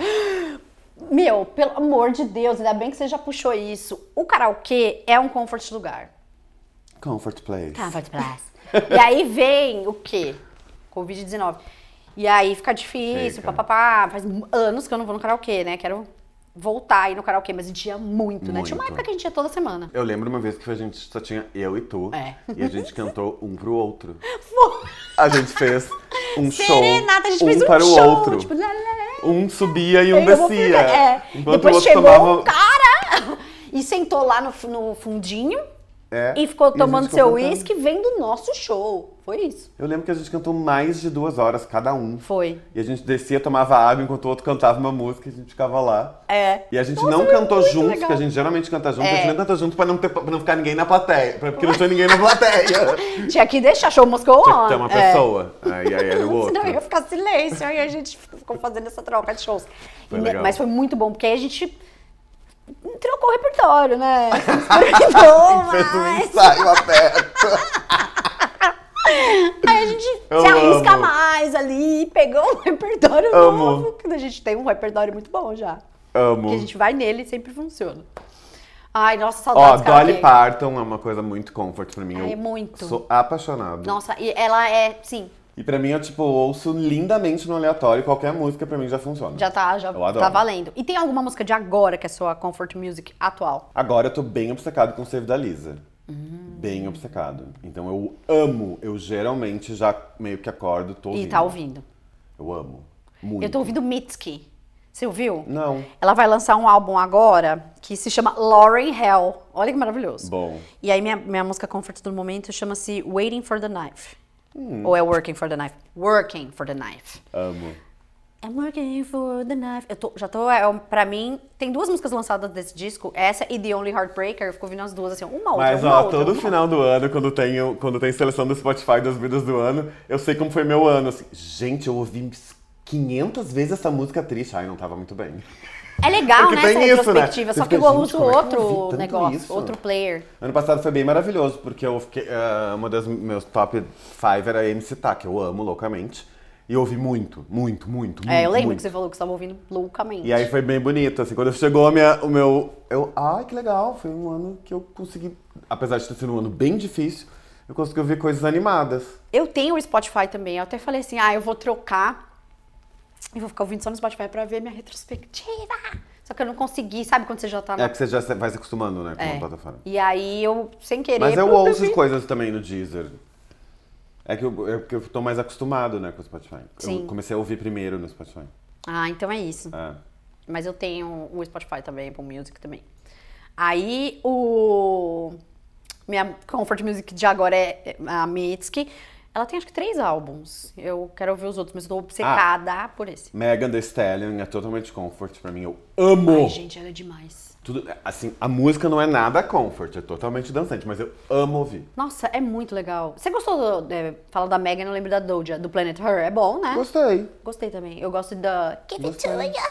Speaker 1: Meu, pelo amor de Deus, ainda bem que você já puxou isso. O karaokê é um comfort lugar. Tá,
Speaker 2: Comfort place.
Speaker 1: Comfort place. e aí vem o quê? Covid-19. E aí fica difícil,
Speaker 2: Fica.
Speaker 1: papapá. Faz anos que eu não vou no karaokê, né? Quero voltar aí no karaokê, mas a gente ia muito, né? Tinha uma
Speaker 2: Muito.
Speaker 1: época que a gente ia toda semana.
Speaker 2: Eu lembro uma vez que a gente só tinha eu e tu,
Speaker 1: É.
Speaker 2: e a gente cantou um pro outro. A gente fez um show,
Speaker 1: Serenata, a gente
Speaker 2: um
Speaker 1: fez um
Speaker 2: para
Speaker 1: show.
Speaker 2: o outro.
Speaker 1: Tipo, lá, lá, lá.
Speaker 2: Um subia e um
Speaker 1: Eu vou
Speaker 2: descia.
Speaker 1: ficar- é.
Speaker 2: Enquanto
Speaker 1: Depois
Speaker 2: o outro
Speaker 1: chegou
Speaker 2: tomava
Speaker 1: um cara e sentou lá no, fu- no fundinho
Speaker 2: É,
Speaker 1: e ficou
Speaker 2: e a
Speaker 1: tomando
Speaker 2: gente
Speaker 1: seu
Speaker 2: ficou cantando.
Speaker 1: uísque vendo o nosso show. Foi isso.
Speaker 2: Eu lembro que a gente cantou mais de duas horas cada um.
Speaker 1: Foi.
Speaker 2: E a gente descia, tomava água enquanto o outro cantava uma música e a gente ficava lá.
Speaker 1: É.
Speaker 2: E a gente
Speaker 1: Nossa,
Speaker 2: não
Speaker 1: era
Speaker 2: cantou
Speaker 1: muito
Speaker 2: juntos,
Speaker 1: legal.
Speaker 2: que a gente geralmente canta junto, a
Speaker 1: É.
Speaker 2: gente não canta junto pra não, ter, pra não ficar ninguém na plateia. pra- Porque não tinha ninguém na plateia. Tinha
Speaker 1: Tinha que deixar show must go on.
Speaker 2: que ter uma
Speaker 1: É.
Speaker 2: pessoa. Aí, aí era o outro.
Speaker 1: Senão ia ficar silêncio, aí a gente ficou fazendo essa troca de shows.
Speaker 2: Foi
Speaker 1: Ne-
Speaker 2: legal.
Speaker 1: Mas foi muito bom, porque aí a gente trocou o repertório, né? Experimentou
Speaker 2: Fez um
Speaker 1: mais.
Speaker 2: ensaio aberto.
Speaker 1: Aí a gente
Speaker 2: Eu
Speaker 1: se arrisca
Speaker 2: amo.
Speaker 1: mais ali, pegou um repertório
Speaker 2: Amo.
Speaker 1: novo. que A gente tem um repertório muito bom já.
Speaker 2: Amo.
Speaker 1: Que a gente vai nele e sempre funciona. Ai, nossa,
Speaker 2: Ó,
Speaker 1: saudades do karaokê.
Speaker 2: Dolly Parton é uma coisa muito comfort pra mim.
Speaker 1: Ai,
Speaker 2: Eu
Speaker 1: É, muito.
Speaker 2: Sou apaixonado.
Speaker 1: Nossa, e ela é, sim,
Speaker 2: E pra mim, eu, tipo, ouço lindamente no aleatório. Qualquer música pra mim já funciona.
Speaker 1: já tá, já
Speaker 2: Eu adoro.
Speaker 1: tá valendo. E tem alguma música de agora que é sua comfort music atual?
Speaker 2: Agora eu tô bem obcecado com o Save da Lisa. Bem obcecado. Então eu amo. Eu geralmente já meio que acordo, tô ouvindo.
Speaker 1: E tá ouvindo.
Speaker 2: Eu amo. Muito.
Speaker 1: Eu tô ouvindo Mitski. Você ouviu?
Speaker 2: Não.
Speaker 1: Ela vai lançar um álbum agora que se chama Lauren Hell. Olha que maravilhoso.
Speaker 2: Bom.
Speaker 1: E aí minha, minha música comfort do momento chama-se Waiting for the Knife.
Speaker 2: Hum.
Speaker 1: Ou é Working for the Knife? Working for the Knife.
Speaker 2: Amo.
Speaker 1: I'm working for the knife. Eu tô, já tô, é, um, pra mim, tem duas músicas lançadas desse disco, essa e The Only Heartbreaker. Eu fico ouvindo as duas assim, uma outra,
Speaker 2: Mas
Speaker 1: uma
Speaker 2: ó,
Speaker 1: outra.
Speaker 2: todo
Speaker 1: uma
Speaker 2: final do ano, quando tem, o- quando tem seleção do Spotify das vidas do ano, eu sei como foi meu ano. assim, gente, eu ouvi 500 vezes essa música triste. Ai, não tava muito bem.
Speaker 1: É legal,
Speaker 2: Porque
Speaker 1: né,
Speaker 2: tem
Speaker 1: essa
Speaker 2: isso, né?
Speaker 1: retrospectiva,
Speaker 2: Você
Speaker 1: só que eu
Speaker 2: fica, gente,
Speaker 1: uso
Speaker 2: como é que eu ouvi
Speaker 1: outro
Speaker 2: tanto
Speaker 1: negócio,
Speaker 2: isso?
Speaker 1: outro player.
Speaker 2: Ano passado foi bem maravilhoso, porque eu fiquei. ah, uma das meus top 5 era MC Tá, que eu amo loucamente. E eu ouvi muito, muito, muito,
Speaker 1: É, eu
Speaker 2: muito,
Speaker 1: lembro
Speaker 2: muito.
Speaker 1: que você falou que você tava ouvindo loucamente.
Speaker 2: E aí foi bem bonito, assim, quando chegou a minha, o meu. Eu, ai, que legal, foi um ano que eu consegui. Apesar de ter sido um ano bem difícil, eu consegui ouvir coisas animadas.
Speaker 1: Eu tenho o Spotify também. Eu até falei assim: ah, eu vou trocar e vou ficar ouvindo só no Spotify pra ver minha retrospectiva. Só que eu não consegui, sabe quando você já tá na. É.
Speaker 2: É que você já se- vai se acostumando, né, com a plataforma.
Speaker 1: E aí eu, sem querer.
Speaker 2: Mas eu
Speaker 1: pum,
Speaker 2: ouço
Speaker 1: pum, pum.
Speaker 2: coisas também no Deezer. É que eu, é porque eu tô mais acostumado, né, com o Spotify.
Speaker 1: Sim.
Speaker 2: Eu comecei a ouvir primeiro no Spotify.
Speaker 1: Ah, então é isso.
Speaker 2: É.
Speaker 1: Mas eu tenho o Spotify também, Apple Music também. Aí o. Minha Comfort Music de agora é é a Mitski. Ela tem acho que três álbuns. Eu quero ouvir os outros, mas eu tô obcecada
Speaker 2: Ah.
Speaker 1: por esse.
Speaker 2: Megan Thee Stallion é totalmente comfort pra mim. Eu amo!
Speaker 1: Ai, gente, ela é demais.
Speaker 2: Tudo, assim, a música não é nada comfort, é totalmente dançante, mas eu amo ouvir.
Speaker 1: Nossa, é muito legal. Você gostou do. É, fala da Megan, eu lembro da Doja, do Planet Her. É bom, né?
Speaker 2: Gostei,
Speaker 1: Gostei também. Eu gosto da. Give it to
Speaker 2: Gostei.
Speaker 1: ya!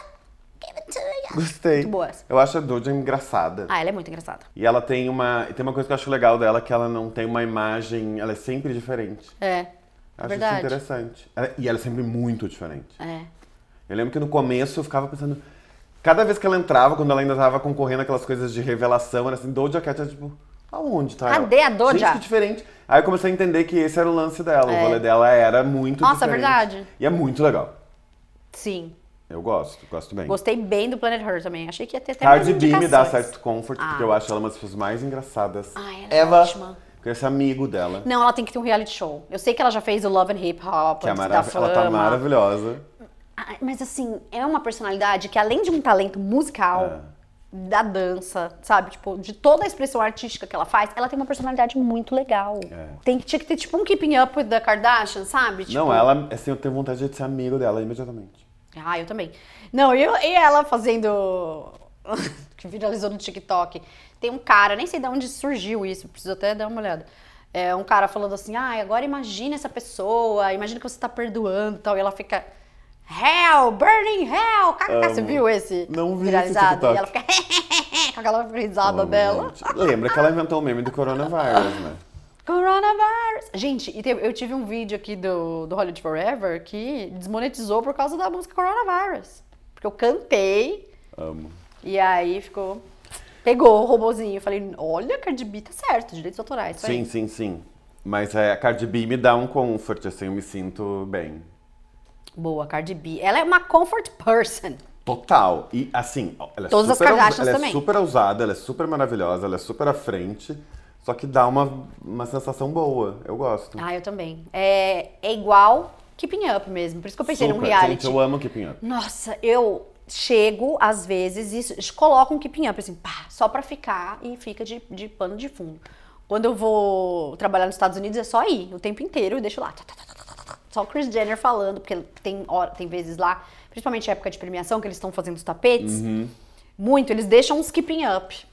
Speaker 1: Give it to ya!
Speaker 2: gostei.
Speaker 1: Muito boa essa.
Speaker 2: Eu acho a Doja engraçada.
Speaker 1: Ah, ela é muito engraçada.
Speaker 2: E ela tem uma. Tem uma coisa que eu acho legal dela, que ela não tem uma imagem. Ela é sempre diferente.
Speaker 1: É.
Speaker 2: Eu acho
Speaker 1: verdade.
Speaker 2: isso interessante. Ela- e ela é sempre muito diferente.
Speaker 1: É.
Speaker 2: Eu lembro que no começo eu ficava pensando. Cada vez que ela entrava, quando ela ainda tava concorrendo aquelas coisas de revelação, era assim, Doja Cat era tipo, aonde tá ela?
Speaker 1: Cadê a Doja?
Speaker 2: Gente, que diferente. Aí eu comecei a entender que esse era o lance dela.
Speaker 1: É.
Speaker 2: O rolê dela era muito
Speaker 1: Nossa,
Speaker 2: diferente.
Speaker 1: verdade.
Speaker 2: E é muito legal.
Speaker 1: Sim.
Speaker 2: Eu gosto, gosto bem.
Speaker 1: Gostei bem do Planet Her também. Achei que ia ter até mais
Speaker 2: Cardi B me dá
Speaker 1: indicações.
Speaker 2: certo comfort, porque eu acho ela uma das pessoas mais engraçadas.
Speaker 1: Ai, ela é
Speaker 2: Eva,
Speaker 1: ótima.
Speaker 2: que é esse amigo dela,
Speaker 1: Não, ela tem que ter um reality show. Eu sei que ela já fez o Love and Hip Hop,
Speaker 2: que é
Speaker 1: antes da
Speaker 2: marav-
Speaker 1: fama.
Speaker 2: ela tá maravilhosa.
Speaker 1: Ah, Mas assim, é uma personalidade que além de um talento musical,
Speaker 2: É.
Speaker 1: da dança, sabe? Tipo, de toda a expressão artística que ela faz, ela tem uma personalidade muito legal.
Speaker 2: É.
Speaker 1: Tem que tinha que ter tipo um keeping up with the Kardashian, sabe? Tipo,
Speaker 2: Não, ela, assim, eu tenho vontade de ser amigo dela imediatamente.
Speaker 1: Ah, eu também. Não, eu, e ela fazendo. que viralizou no TikTok. Tem um cara, nem sei de onde surgiu isso, preciso até dar uma olhada. É um cara falando assim: ah, agora imagina essa pessoa, imagina que você tá perdoando e tal. E ela fica. Hell, burning hell! Kkk, Você
Speaker 2: Amo.
Speaker 1: viu esse?
Speaker 2: É, Não vi esse
Speaker 1: viralizado?
Speaker 2: TikTok.
Speaker 1: E ela fica. com aquela risada
Speaker 2: Amo,
Speaker 1: dela.
Speaker 2: é gente. Lembra que ela inventou o meme do coronavírus, né?
Speaker 1: Coronavirus! Gente, e teve- eu tive um vídeo aqui do, do Hollywood Forever que desmonetizou por causa da música Coronavirus. Porque eu cantei
Speaker 2: Amo.
Speaker 1: e aí ficou. Pegou o robozinho. Eu falei, olha, Cardi B tá certo, direitos autorais. isso Tá aí.
Speaker 2: Sim, sim, sim. Mas é, a Cardi B me dá um comfort, assim, eu me sinto bem.
Speaker 1: Boa, Cardi B. Ela é uma comfort person.
Speaker 2: Total. E assim, ó, ela é
Speaker 1: Todas as
Speaker 2: super, ousa-
Speaker 1: Kardashians
Speaker 2: ela
Speaker 1: também.
Speaker 2: é super ousada, ela é super maravilhosa, ela é super à frente. Só que dá uma, uma sensação boa. Eu gosto.
Speaker 1: Ah, eu também. É, é igual Keeping Up mesmo. Por isso que eu pensei
Speaker 2: super.
Speaker 1: num reality.
Speaker 2: Gente, eu amo Keeping Up.
Speaker 1: Nossa, eu chego às vezes e s- coloco um keeping up, assim, pá, só pra ficar e fica de, de pano de fundo. Quando eu vou trabalhar nos Estados Unidos é só ir o tempo inteiro e deixo lá. tá, tá, tá, tá, tá, tá, tá. Só o Chris Jenner falando, porque tem, hora- tem vezes lá, principalmente época de premiação, que eles estão fazendo os tapetes.
Speaker 2: Uhum.
Speaker 1: Muito, eles deixam uns keeping up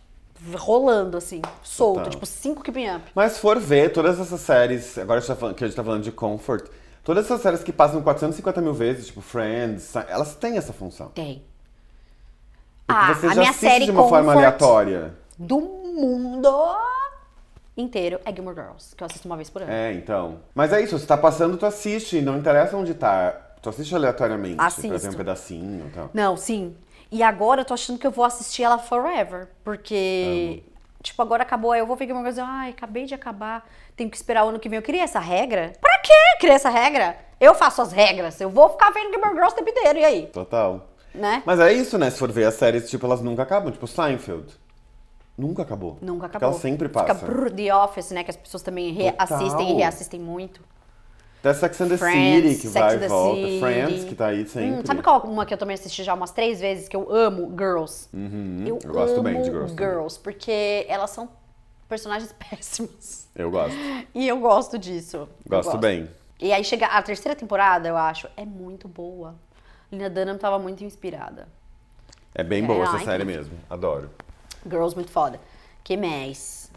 Speaker 1: rolando, assim, solto,
Speaker 2: Total.
Speaker 1: tipo cinco keeping up.
Speaker 2: Mas se for ver todas essas séries, agora a gente tá falando- que a gente tá falando de comfort, todas essas séries que passam 450 mil vezes, tipo Friends, elas têm essa função.
Speaker 1: Tem.
Speaker 2: Porque
Speaker 1: Ah,
Speaker 2: você
Speaker 1: a
Speaker 2: já
Speaker 1: minha
Speaker 2: assiste
Speaker 1: série
Speaker 2: de uma forma
Speaker 1: Comfort-
Speaker 2: aleatória.
Speaker 1: do mundo inteiro é Gilmore Girls, que eu assisto uma vez por ano.
Speaker 2: É, então. Mas é isso, se tá passando, tu assiste, não interessa onde tá. Tu assiste aleatoriamente,
Speaker 1: Assisto.
Speaker 2: pra ver um pedacinho e tal.
Speaker 1: Não, sim. E agora eu tô achando que eu vou assistir ela forever, porque tipo, agora acabou, aí eu vou ver Gilmore Girls, e eu, ai, acabei de acabar, tenho que esperar o ano que vem. Eu criei essa regra? Pra quê? Criei essa regra? Eu faço as regras, eu vou ficar vendo Gilmore Girls o tempo inteiro, e aí?
Speaker 2: Total.
Speaker 1: Né?
Speaker 2: Mas é isso, né? Se for ver as séries, tipo, elas nunca acabam. Tipo, Seinfeld. Nunca acabou.
Speaker 1: Nunca
Speaker 2: Porque
Speaker 1: acabou.
Speaker 2: Ela sempre
Speaker 1: Fica
Speaker 2: passa.
Speaker 1: brrr, The Office, né, que as pessoas também reassistem e
Speaker 2: Total.
Speaker 1: reassistem muito.
Speaker 2: Até Sex and the
Speaker 1: Friends,
Speaker 2: City, que
Speaker 1: Sex
Speaker 2: vai
Speaker 1: and the
Speaker 2: e volta.
Speaker 1: City.
Speaker 2: Friends, que tá aí sempre.
Speaker 1: Hum, sabe qual uma que eu também assisti já umas três vezes, que eu amo? Girls. eu,
Speaker 2: Uhum, eu gosto
Speaker 1: amo
Speaker 2: bem de Girls também.
Speaker 1: Girls, porque elas são personagens péssimas.
Speaker 2: Eu gosto.
Speaker 1: E eu gosto disso. Eu
Speaker 2: Gosto bem.
Speaker 1: E aí chega a terceira temporada, eu acho, é muito boa. Lina Dunham tava muito inspirada.
Speaker 2: É bem
Speaker 1: É,
Speaker 2: boa essa
Speaker 1: ai,
Speaker 2: série
Speaker 1: que-
Speaker 2: mesmo. Adoro.
Speaker 1: Girls muito foda. Que mais?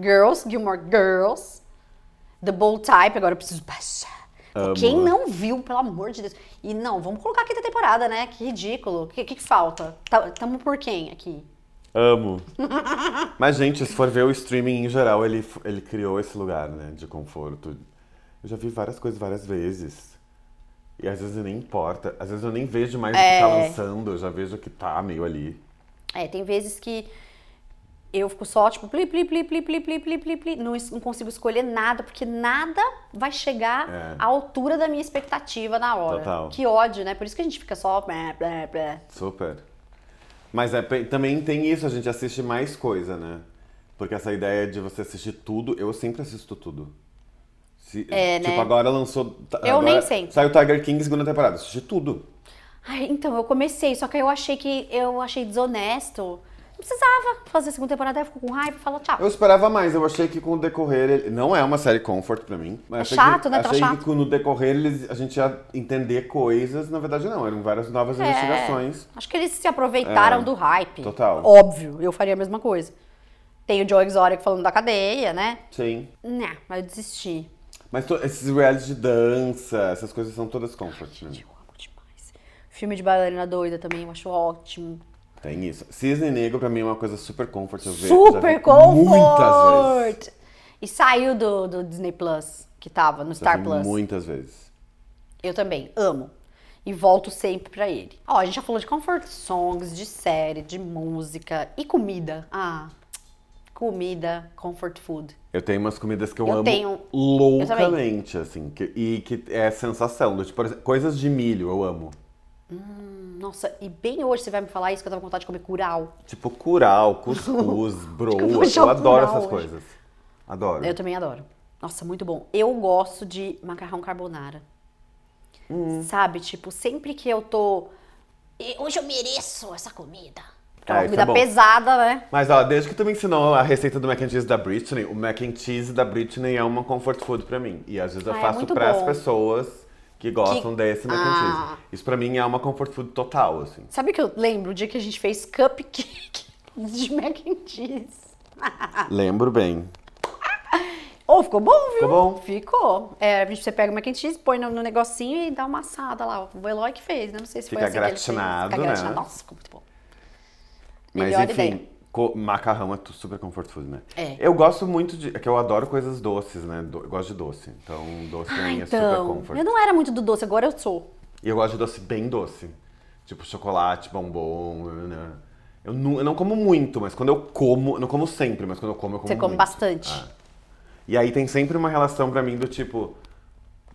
Speaker 1: Girls, Gilmore Girls, The Bold Type, agora eu preciso baixar.
Speaker 2: Amo.
Speaker 1: Quem não viu, pelo amor de Deus. E não, vamos colocar a quinta temporada, né? Que ridículo. O que, que que falta? Tá- Tamo por quem aqui?
Speaker 2: Amo. Mas, gente, se for ver o streaming em geral, ele, ele criou esse lugar, né? De conforto. Eu já vi várias coisas várias vezes. E às vezes nem importa. Às vezes eu nem vejo mais o que tá
Speaker 1: É.
Speaker 2: lançando, eu já vejo o que tá meio ali.
Speaker 1: É, tem vezes que eu fico só, tipo, pli, pli, pli, pli, pli, pli, pli, pli, pli. Não, es- não consigo escolher nada, porque nada vai chegar
Speaker 2: É.
Speaker 1: à altura da minha expectativa na hora.
Speaker 2: Total.
Speaker 1: Que ódio, né? Por isso que a gente fica só... blé, blé, blé.
Speaker 2: Super. Mas é, pe- também tem isso, a gente assiste mais coisa, né? Porque essa ideia de você assistir tudo, eu sempre assisto tudo. Se-
Speaker 1: É,
Speaker 2: tipo,
Speaker 1: né?
Speaker 2: agora lançou. ta-
Speaker 1: Eu
Speaker 2: agora
Speaker 1: nem sei.
Speaker 2: Saiu Tiger King segunda temporada, assisti tudo.
Speaker 1: Ai, então, eu comecei, só que aí eu achei que... Eu achei desonesto. Não precisava fazer a segunda temporada, aí eu fico com raiva e falo tchau.
Speaker 2: Eu esperava mais, eu achei que com o decorrer. ele- Não é uma série comfort pra mim. Mas
Speaker 1: É
Speaker 2: achei
Speaker 1: chato,
Speaker 2: que,
Speaker 1: né? Tava
Speaker 2: Achei
Speaker 1: chato.
Speaker 2: que no decorrer eles, a gente ia entender coisas. Na verdade, não, eram várias novas
Speaker 1: É,
Speaker 2: investigações.
Speaker 1: acho que eles se aproveitaram
Speaker 2: É,
Speaker 1: do hype.
Speaker 2: total.
Speaker 1: Óbvio, eu faria a mesma coisa. Tem o Joe Exotic falando da cadeia, né?
Speaker 2: Sim.
Speaker 1: Não, mas eu desisti.
Speaker 2: Mas to- esses reality de dança, essas coisas são todas comfort, né?
Speaker 1: Gente, Tipo, eu amo demais. Filme de bailarina doida também, eu acho ótimo.
Speaker 2: Tem isso. Cisne Negro pra mim é uma coisa super comfort. Eu vejo, já vi
Speaker 1: Super comfort!
Speaker 2: Muitas vezes.
Speaker 1: E saiu do, do Disney Plus, que tava no
Speaker 2: Já
Speaker 1: Star
Speaker 2: vi
Speaker 1: Plus.
Speaker 2: Muitas vezes.
Speaker 1: Eu também, amo. e volto sempre pra ele. Ó, a gente já falou de comfort songs, de série, de música e comida. Ah, comida, comfort food.
Speaker 2: Eu tenho umas comidas que eu,
Speaker 1: Eu
Speaker 2: amo
Speaker 1: tenho.
Speaker 2: loucamente, assim, que- e que é sensação. do tipo, por exemplo, coisas de milho eu amo.
Speaker 1: Nossa, e bem hoje você vai me falar isso que eu tava com vontade de comer curau.
Speaker 2: Tipo, curau, cuscuz,
Speaker 1: Eu vou
Speaker 2: broa.
Speaker 1: achar
Speaker 2: Eu
Speaker 1: o
Speaker 2: adoro
Speaker 1: curau
Speaker 2: essas
Speaker 1: hoje.
Speaker 2: coisas. Adoro.
Speaker 1: Eu também adoro. Nossa, muito bom. Eu gosto de macarrão carbonara. Sabe, tipo, sempre que eu tô. "E Hoje eu mereço essa comida. Porque é
Speaker 2: Ah,
Speaker 1: uma
Speaker 2: isso
Speaker 1: comida
Speaker 2: é bom.
Speaker 1: pesada, né?
Speaker 2: Mas ó, desde que tu me ensinou a receita do mac and cheese da Britney, o mac and cheese da Britney é uma comfort food pra mim. E às vezes eu
Speaker 1: Ah, é
Speaker 2: faço
Speaker 1: muito
Speaker 2: pras
Speaker 1: bom.
Speaker 2: pessoas que gostam
Speaker 1: Que-
Speaker 2: desse mac and
Speaker 1: Ah.
Speaker 2: cheese. Isso pra mim é uma comfort food total, assim.
Speaker 1: Sabe que eu lembro o dia que a gente fez cupcake de mac and cheese?
Speaker 2: Lembro bem.
Speaker 1: Ô, ficou bom, viu?
Speaker 2: Ficou bom?
Speaker 1: Ficou. É, a gente- você pega o mac and cheese, põe no, no negocinho e dá uma assada lá. O Eloy que fez, né? Não sei se
Speaker 2: Fica
Speaker 1: foi assim que ele fez.
Speaker 2: gratinado,
Speaker 1: Fica
Speaker 2: né?
Speaker 1: gratinado. Nossa, ficou muito bom.
Speaker 2: Mas
Speaker 1: Melhor ideia.
Speaker 2: enfim, co- macarrão é tu- super comfort food, né?
Speaker 1: É.
Speaker 2: Eu gosto muito de. É que eu adoro coisas doces, né? Do- eu gosto de doce. Então, doce pra
Speaker 1: Ah,
Speaker 2: mim é super
Speaker 1: então.
Speaker 2: comfort.
Speaker 1: Eu não era muito do doce, agora eu sou.
Speaker 2: E eu gosto de doce bem doce. Tipo chocolate, bombom. né? Eu não, eu não como muito, mas quando eu como. Eu não como sempre, mas quando eu como, eu como.
Speaker 1: Você come
Speaker 2: muito.
Speaker 1: bastante.
Speaker 2: Ah. E aí tem sempre uma relação pra mim do tipo.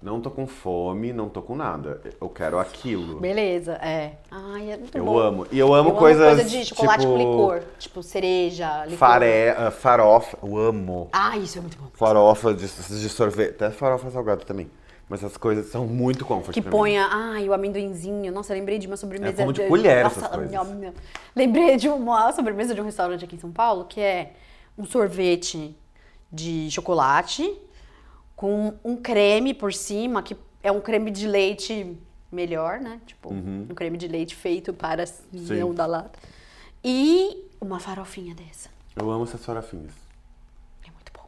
Speaker 2: Não tô com fome, não tô com nada. Eu quero aquilo.
Speaker 1: Beleza, é. Ai, é muito
Speaker 2: Eu
Speaker 1: bom.
Speaker 2: amo. E eu amo
Speaker 1: eu
Speaker 2: coisas.
Speaker 1: coisa de chocolate
Speaker 2: tipo,
Speaker 1: com licor. Tipo, cereja, licor.
Speaker 2: Faré, ah, farofa. Eu amo.
Speaker 1: Ah, isso é muito bom.
Speaker 2: Farofa de, de sorvete. Até farofa salgada também. Mas essas coisas são muito comfort
Speaker 1: Que
Speaker 2: pra mim.
Speaker 1: ponha, ai, o amendoinzinho. Nossa, eu lembrei de uma sobremesa.
Speaker 2: como É, de colher
Speaker 1: Nossa,
Speaker 2: essas coisas.
Speaker 1: nham, nham. Lembrei de uma sobremesa de um restaurante aqui em São Paulo, que é um sorvete de chocolate com um creme por cima, que é um creme de leite melhor, né? Tipo,
Speaker 2: Uhum.
Speaker 1: um creme de leite feito para não da lata. E uma farofinha dessa.
Speaker 2: Eu amo essas farofinhas.
Speaker 1: É muito bom.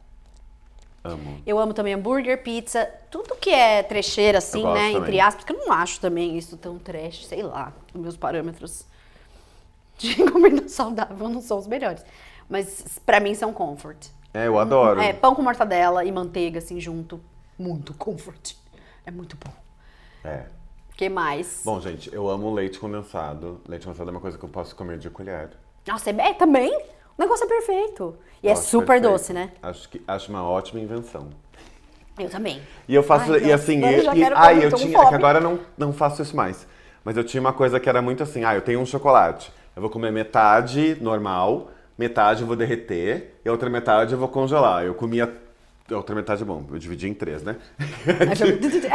Speaker 2: Amo.
Speaker 1: Eu amo também hambúrguer, pizza, tudo que é trecheira, assim,
Speaker 2: Eu gosto
Speaker 1: né?
Speaker 2: também.
Speaker 1: Entre aspas, porque eu não acho também isso tão trash, sei lá, os meus parâmetros de comida saudável não são os melhores. Mas pra mim são comfort.
Speaker 2: É, eu adoro.
Speaker 1: É, pão com mortadela e manteiga, assim, junto. Muito comfort. É muito bom.
Speaker 2: É.
Speaker 1: O que mais?
Speaker 2: Bom, gente, eu amo leite condensado. Leite condensado é uma coisa que eu posso comer de colher.
Speaker 1: Nossa, é, é também? O negócio é perfeito. E
Speaker 2: Eu
Speaker 1: é
Speaker 2: acho
Speaker 1: super
Speaker 2: perfeito.
Speaker 1: doce, né?
Speaker 2: Acho, que, acho uma ótima invenção.
Speaker 1: Eu também.
Speaker 2: E eu faço,
Speaker 1: Ai,
Speaker 2: e
Speaker 1: nossa,
Speaker 2: assim,
Speaker 1: eu
Speaker 2: e,
Speaker 1: já
Speaker 2: e-
Speaker 1: quero
Speaker 2: ai,
Speaker 1: comer,
Speaker 2: eu
Speaker 1: tô com
Speaker 2: tinha, é que
Speaker 1: fome.
Speaker 2: agora eu não, não faço isso mais. Mas eu tinha uma coisa que era muito assim, ah, eu tenho um chocolate, eu vou comer metade normal, metade eu vou derreter, e a outra metade eu vou congelar. Eu comia, a outra metade é bom, eu dividi em três, né?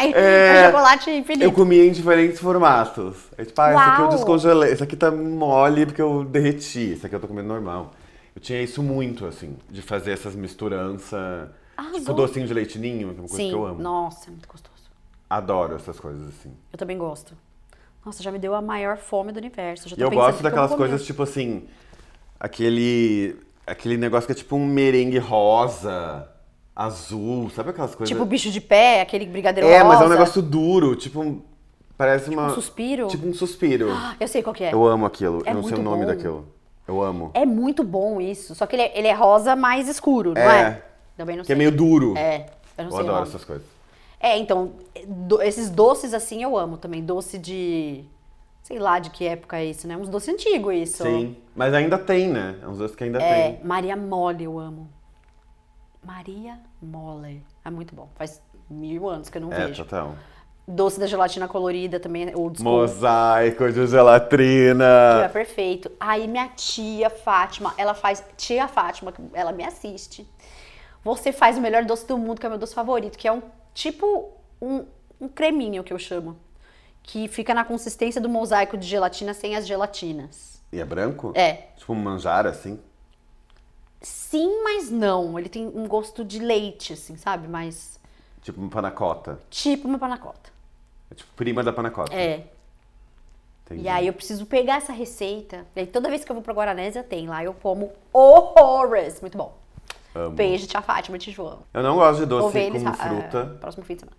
Speaker 1: É, é chocolate infinito.
Speaker 2: Eu comia em diferentes formatos. É tipo, ah, esse aqui eu
Speaker 1: Uau!
Speaker 2: descongelei, esse aqui tá mole porque eu derreti, esse aqui eu tô comendo normal. Eu tinha isso muito, assim, de fazer essas misturanças. Tipo
Speaker 1: Arrasou.
Speaker 2: docinho de leite ninho, que é uma coisa
Speaker 1: Ah, Sim,
Speaker 2: que eu amo.
Speaker 1: nossa, é muito gostoso.
Speaker 2: Adoro essas coisas, assim.
Speaker 1: Eu também gosto. Nossa, já me deu a maior fome do universo. Já
Speaker 2: E
Speaker 1: tô
Speaker 2: eu
Speaker 1: pensando o
Speaker 2: gosto
Speaker 1: que eu vou
Speaker 2: daquelas
Speaker 1: comer.
Speaker 2: coisas tipo assim, aquele aquele negócio que é tipo um merengue rosa, azul, sabe aquelas coisas?
Speaker 1: Tipo bicho de pé, aquele brigadeiro
Speaker 2: é, mas é
Speaker 1: rosa.
Speaker 2: um negócio duro, tipo um- parece uma
Speaker 1: um suspiro?
Speaker 2: Tipo um suspiro.
Speaker 1: Ah, Eu sei qual que é.
Speaker 2: Eu amo aquilo.
Speaker 1: É
Speaker 2: eu não sei o
Speaker 1: muito
Speaker 2: nome
Speaker 1: bom.
Speaker 2: daquilo. Eu amo.
Speaker 1: É muito bom isso. Só que ele é, ele é rosa mais escuro, não
Speaker 2: É.
Speaker 1: é? Também não
Speaker 2: que
Speaker 1: sei.
Speaker 2: é meio duro.
Speaker 1: É, eu não
Speaker 2: eu
Speaker 1: sei o
Speaker 2: adoro
Speaker 1: nome.
Speaker 2: essas coisas.
Speaker 1: É, então, do- esses doces assim eu amo também. Doce de... Sei lá de que época é isso, né? Uns doces antigos isso.
Speaker 2: Sim. Mas ainda tem, né? É uns dois que ainda
Speaker 1: É,
Speaker 2: tem.
Speaker 1: Maria Mole eu amo. Maria Mole. É muito bom. Faz mil anos que eu não
Speaker 2: É,
Speaker 1: vejo.
Speaker 2: total.
Speaker 1: Doce da gelatina colorida também, né? old school.
Speaker 2: Mosaico de
Speaker 1: Que é
Speaker 2: gelatrina.
Speaker 1: perfeito. Aí minha tia Fátima, ela faz. Tia Fátima, ela me assiste. Você faz o melhor doce do mundo, que é o meu doce favorito, que é um tipo um, um creminho que eu chamo. Que fica na consistência do mosaico de gelatina sem as gelatinas.
Speaker 2: E é branco?
Speaker 1: É.
Speaker 2: Tipo um manjar, assim?
Speaker 1: Sim, mas não. Ele tem um gosto de leite, assim, sabe? Mas.
Speaker 2: Tipo um panacota.
Speaker 1: Tipo uma panacota.
Speaker 2: É tipo prima da panacota.
Speaker 1: É.
Speaker 2: Entendi.
Speaker 1: E aí eu preciso pegar essa receita. E aí toda vez que eu vou pra Guaranésia tem lá, eu como horrores. Muito bom.
Speaker 2: Amo.
Speaker 1: Beijo, tia Fátima, te João.
Speaker 2: Eu não gosto de
Speaker 1: Vou
Speaker 2: doce
Speaker 1: ver eles
Speaker 2: com
Speaker 1: ah,
Speaker 2: fruta.
Speaker 1: próximo fim de semana.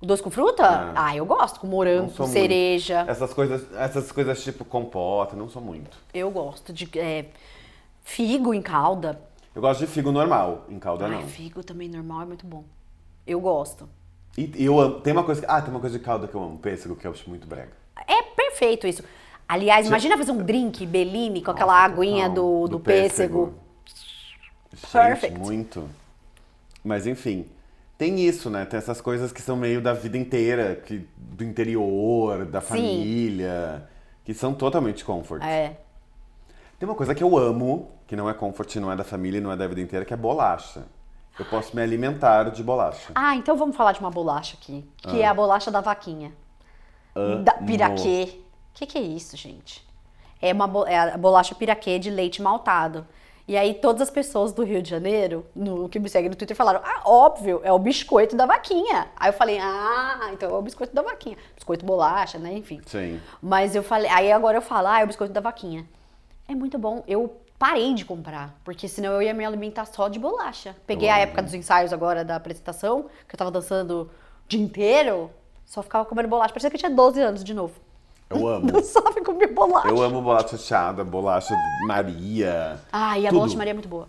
Speaker 1: O doce com fruta?
Speaker 2: É.
Speaker 1: Ah, eu gosto. Com morango,
Speaker 2: Não sou
Speaker 1: com
Speaker 2: muito.
Speaker 1: cereja.
Speaker 2: Essas coisas, essas coisas tipo compota, não sou muito.
Speaker 1: Eu gosto de é, figo em calda.
Speaker 2: Eu gosto de figo normal, em calda
Speaker 1: Ai,
Speaker 2: não.
Speaker 1: figo também normal é muito bom. Eu gosto.
Speaker 2: E eu amo. Tem uma coisa. que- Ah, tem uma coisa de calda que eu amo. Pêssego, que eu acho muito brega.
Speaker 1: É perfeito isso. Aliás, imagina fazer um drink Bellini com aquela aguinha do, do, pêssego. Perfect.
Speaker 2: Gente, muito. Mas enfim, tem isso, né? Tem essas coisas que são meio da vida inteira, que, do interior, da família, que são totalmente comfort.
Speaker 1: É.
Speaker 2: Tem uma coisa que eu amo, que não é comfort, não é da família, não é da vida inteira, que é bolacha. Eu posso me alimentar de bolacha.
Speaker 1: Ah, então vamos falar de uma bolacha aqui, que é a bolacha da vaquinha. Da piraquê. O que, que é isso, gente? É uma bo- é a bolacha piraquê de leite maltado. E aí todas as pessoas do Rio de Janeiro, no, que me seguem no Twitter, falaram, ah, óbvio, é o biscoito da vaquinha. Aí eu falei, ah, então é o biscoito da vaquinha. Biscoito bolacha, né, enfim.
Speaker 2: Sim.
Speaker 1: Mas eu falei, aí agora eu falo, ah, é o biscoito da vaquinha. É muito bom. Eu parei de comprar, porque senão eu ia me alimentar só de bolacha. Peguei
Speaker 2: Eu
Speaker 1: a
Speaker 2: amo.
Speaker 1: época dos ensaios agora da apresentação, que eu tava dançando o dia inteiro, só ficava comendo bolacha. Parecia que eu tinha 12 anos de novo.
Speaker 2: Eu amo.
Speaker 1: Dançava e comia bolacha.
Speaker 2: Eu amo bolacha chada, bolacha de Maria.
Speaker 1: Ah, e a
Speaker 2: Tudo.
Speaker 1: bolacha de Maria é muito boa.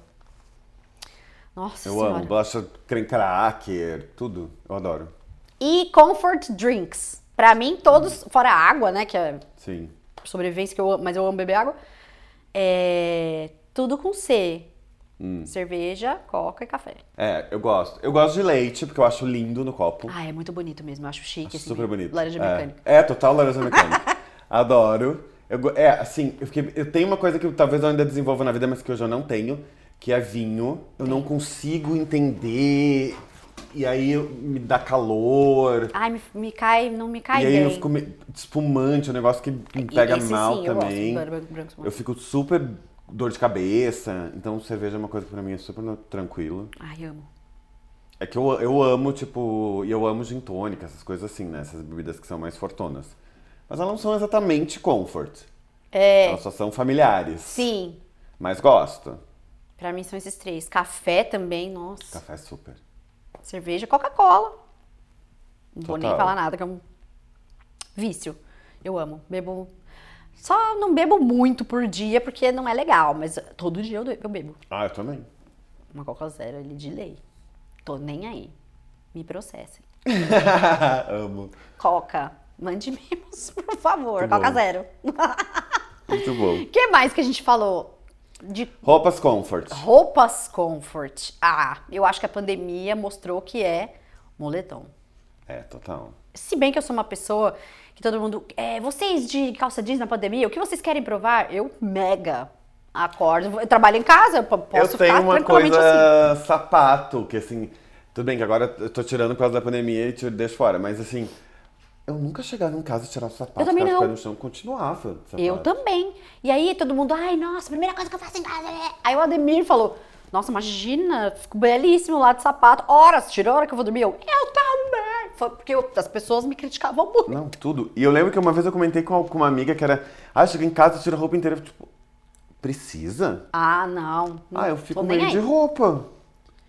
Speaker 1: Nossa
Speaker 2: Eu
Speaker 1: senhora.
Speaker 2: amo. Bolacha creme cracker, tudo. Eu adoro.
Speaker 1: E comfort drinks. Pra mim, todos, fora a água, né, que é
Speaker 2: Sim.
Speaker 1: sobrevivência, que eu, amo, mas eu amo beber água. É, tudo com C.
Speaker 2: Hum.
Speaker 1: Cerveja, coca e café.
Speaker 2: É, eu gosto. Eu gosto de leite, porque eu acho lindo no copo.
Speaker 1: Ah, é muito bonito mesmo. Eu acho chique esse meio.
Speaker 2: Super bonito.
Speaker 1: Laranja
Speaker 2: é.
Speaker 1: mecânica.
Speaker 2: É, total laranja mecânica. Adoro. Eu, go- é, assim, eu, fiquei- eu tenho uma coisa que eu- talvez eu ainda desenvolva na vida, mas que hoje eu não tenho, que é vinho. Eu não consigo entender. E aí eu- me dá calor.
Speaker 1: Ai, me, me cai, não me cai
Speaker 2: e aí
Speaker 1: bem.
Speaker 2: eu fico me- espumante, é um negócio que me
Speaker 1: E-
Speaker 2: pega
Speaker 1: esse
Speaker 2: mal
Speaker 1: sim, eu gosto,
Speaker 2: também.
Speaker 1: branco- branco espumante.
Speaker 2: eu fico super dor de cabeça. Então cerveja é uma coisa que pra mim é super no- tranquilo.
Speaker 1: Ai, amo.
Speaker 2: É que eu, eu amo, tipo, e eu amo gin tônica, essas coisas assim, né? Essas bebidas que são mais fortonas. Mas elas não são exatamente comfort.
Speaker 1: É,
Speaker 2: Elas só são familiares.
Speaker 1: sim.
Speaker 2: Mas gosto.
Speaker 1: Pra mim são esses três. Café também, nossa.
Speaker 2: Café é super.
Speaker 1: Cerveja, Coca-Cola. Não vou nem
Speaker 2: Total.
Speaker 1: falar nada, que é um vício. Eu amo. Bebo. Só não bebo muito por dia, porque não é legal, mas todo dia eu, eu bebo.
Speaker 2: Ah, eu também.
Speaker 1: Uma Coca Zero ali de lei. Tô nem aí. Me processem.
Speaker 2: amo.
Speaker 1: Coca, mande mimos, por favor.
Speaker 2: Muito Tá bom.
Speaker 1: Coca Zero.
Speaker 2: Muito
Speaker 1: O
Speaker 2: bom.
Speaker 1: que mais que a gente falou? De
Speaker 2: Roupas comfort.
Speaker 1: roupas comfort. Ah, eu acho que a pandemia mostrou que é moletom.
Speaker 2: É, total.
Speaker 1: Se bem que eu sou uma pessoa que todo mundo. É, vocês de calça jeans na pandemia, o que vocês querem provar? Eu mega acordo. Eu trabalho em casa, eu po- posso
Speaker 2: eu tenho
Speaker 1: ficar
Speaker 2: uma
Speaker 1: tranquilamente assim.
Speaker 2: coisa sapato, que assim, tudo bem que agora eu tô tirando por causa da pandemia e te deixo fora, mas assim, eu nunca chegava em casa e tirava o sapato,
Speaker 1: Eu também
Speaker 2: ficava
Speaker 1: não.
Speaker 2: de pé no chão, continuava. o sapato.
Speaker 1: Eu também. E aí todo mundo, ai, nossa, a primeira coisa que eu faço em casa é. Aí o Ademir falou: Nossa, imagina, ficou belíssimo lá de sapato. Horas, tirou a hora que eu vou dormir. Eu, eu também. Foi porque eu- as pessoas me criticavam muito.
Speaker 2: Não, tudo. E eu lembro que uma vez eu comentei com uma- com uma amiga que era, ah, chega em casa, tira a roupa inteira. Tipo, precisa?
Speaker 1: Ah, não. não
Speaker 2: Ah, eu
Speaker 1: tô
Speaker 2: fico
Speaker 1: nem
Speaker 2: meio de
Speaker 1: aí.
Speaker 2: roupa.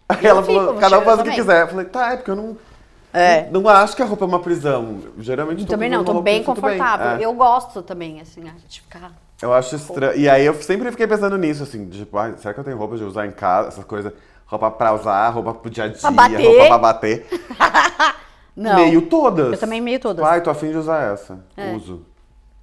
Speaker 2: Aí
Speaker 1: Eu
Speaker 2: ela
Speaker 1: fico,
Speaker 2: falou,
Speaker 1: vou
Speaker 2: cada um
Speaker 1: tirar
Speaker 2: faz o que
Speaker 1: também.
Speaker 2: quiser. Eu falei, tá, é porque eu não,
Speaker 1: É.
Speaker 2: não, não acho que a roupa é uma prisão. Geralmente
Speaker 1: Eu
Speaker 2: tô
Speaker 1: também
Speaker 2: com
Speaker 1: não,
Speaker 2: uma
Speaker 1: tô
Speaker 2: roupa e
Speaker 1: bem
Speaker 2: me sinto
Speaker 1: confortável.
Speaker 2: É.
Speaker 1: Eu gosto também, assim, de ficar.
Speaker 2: Eu acho estranho. E aí eu sempre fiquei pensando nisso, assim, tipo, ai, será que eu tenho roupa de usar em casa, essas coisas? Roupa pra usar, roupa pro dia a dia,
Speaker 1: bater.
Speaker 2: roupa pra bater.
Speaker 1: Não.
Speaker 2: Meio todas. Tipo,
Speaker 1: Eu também meio todas. É.
Speaker 2: Ai, tô afim de usar essa. Uso.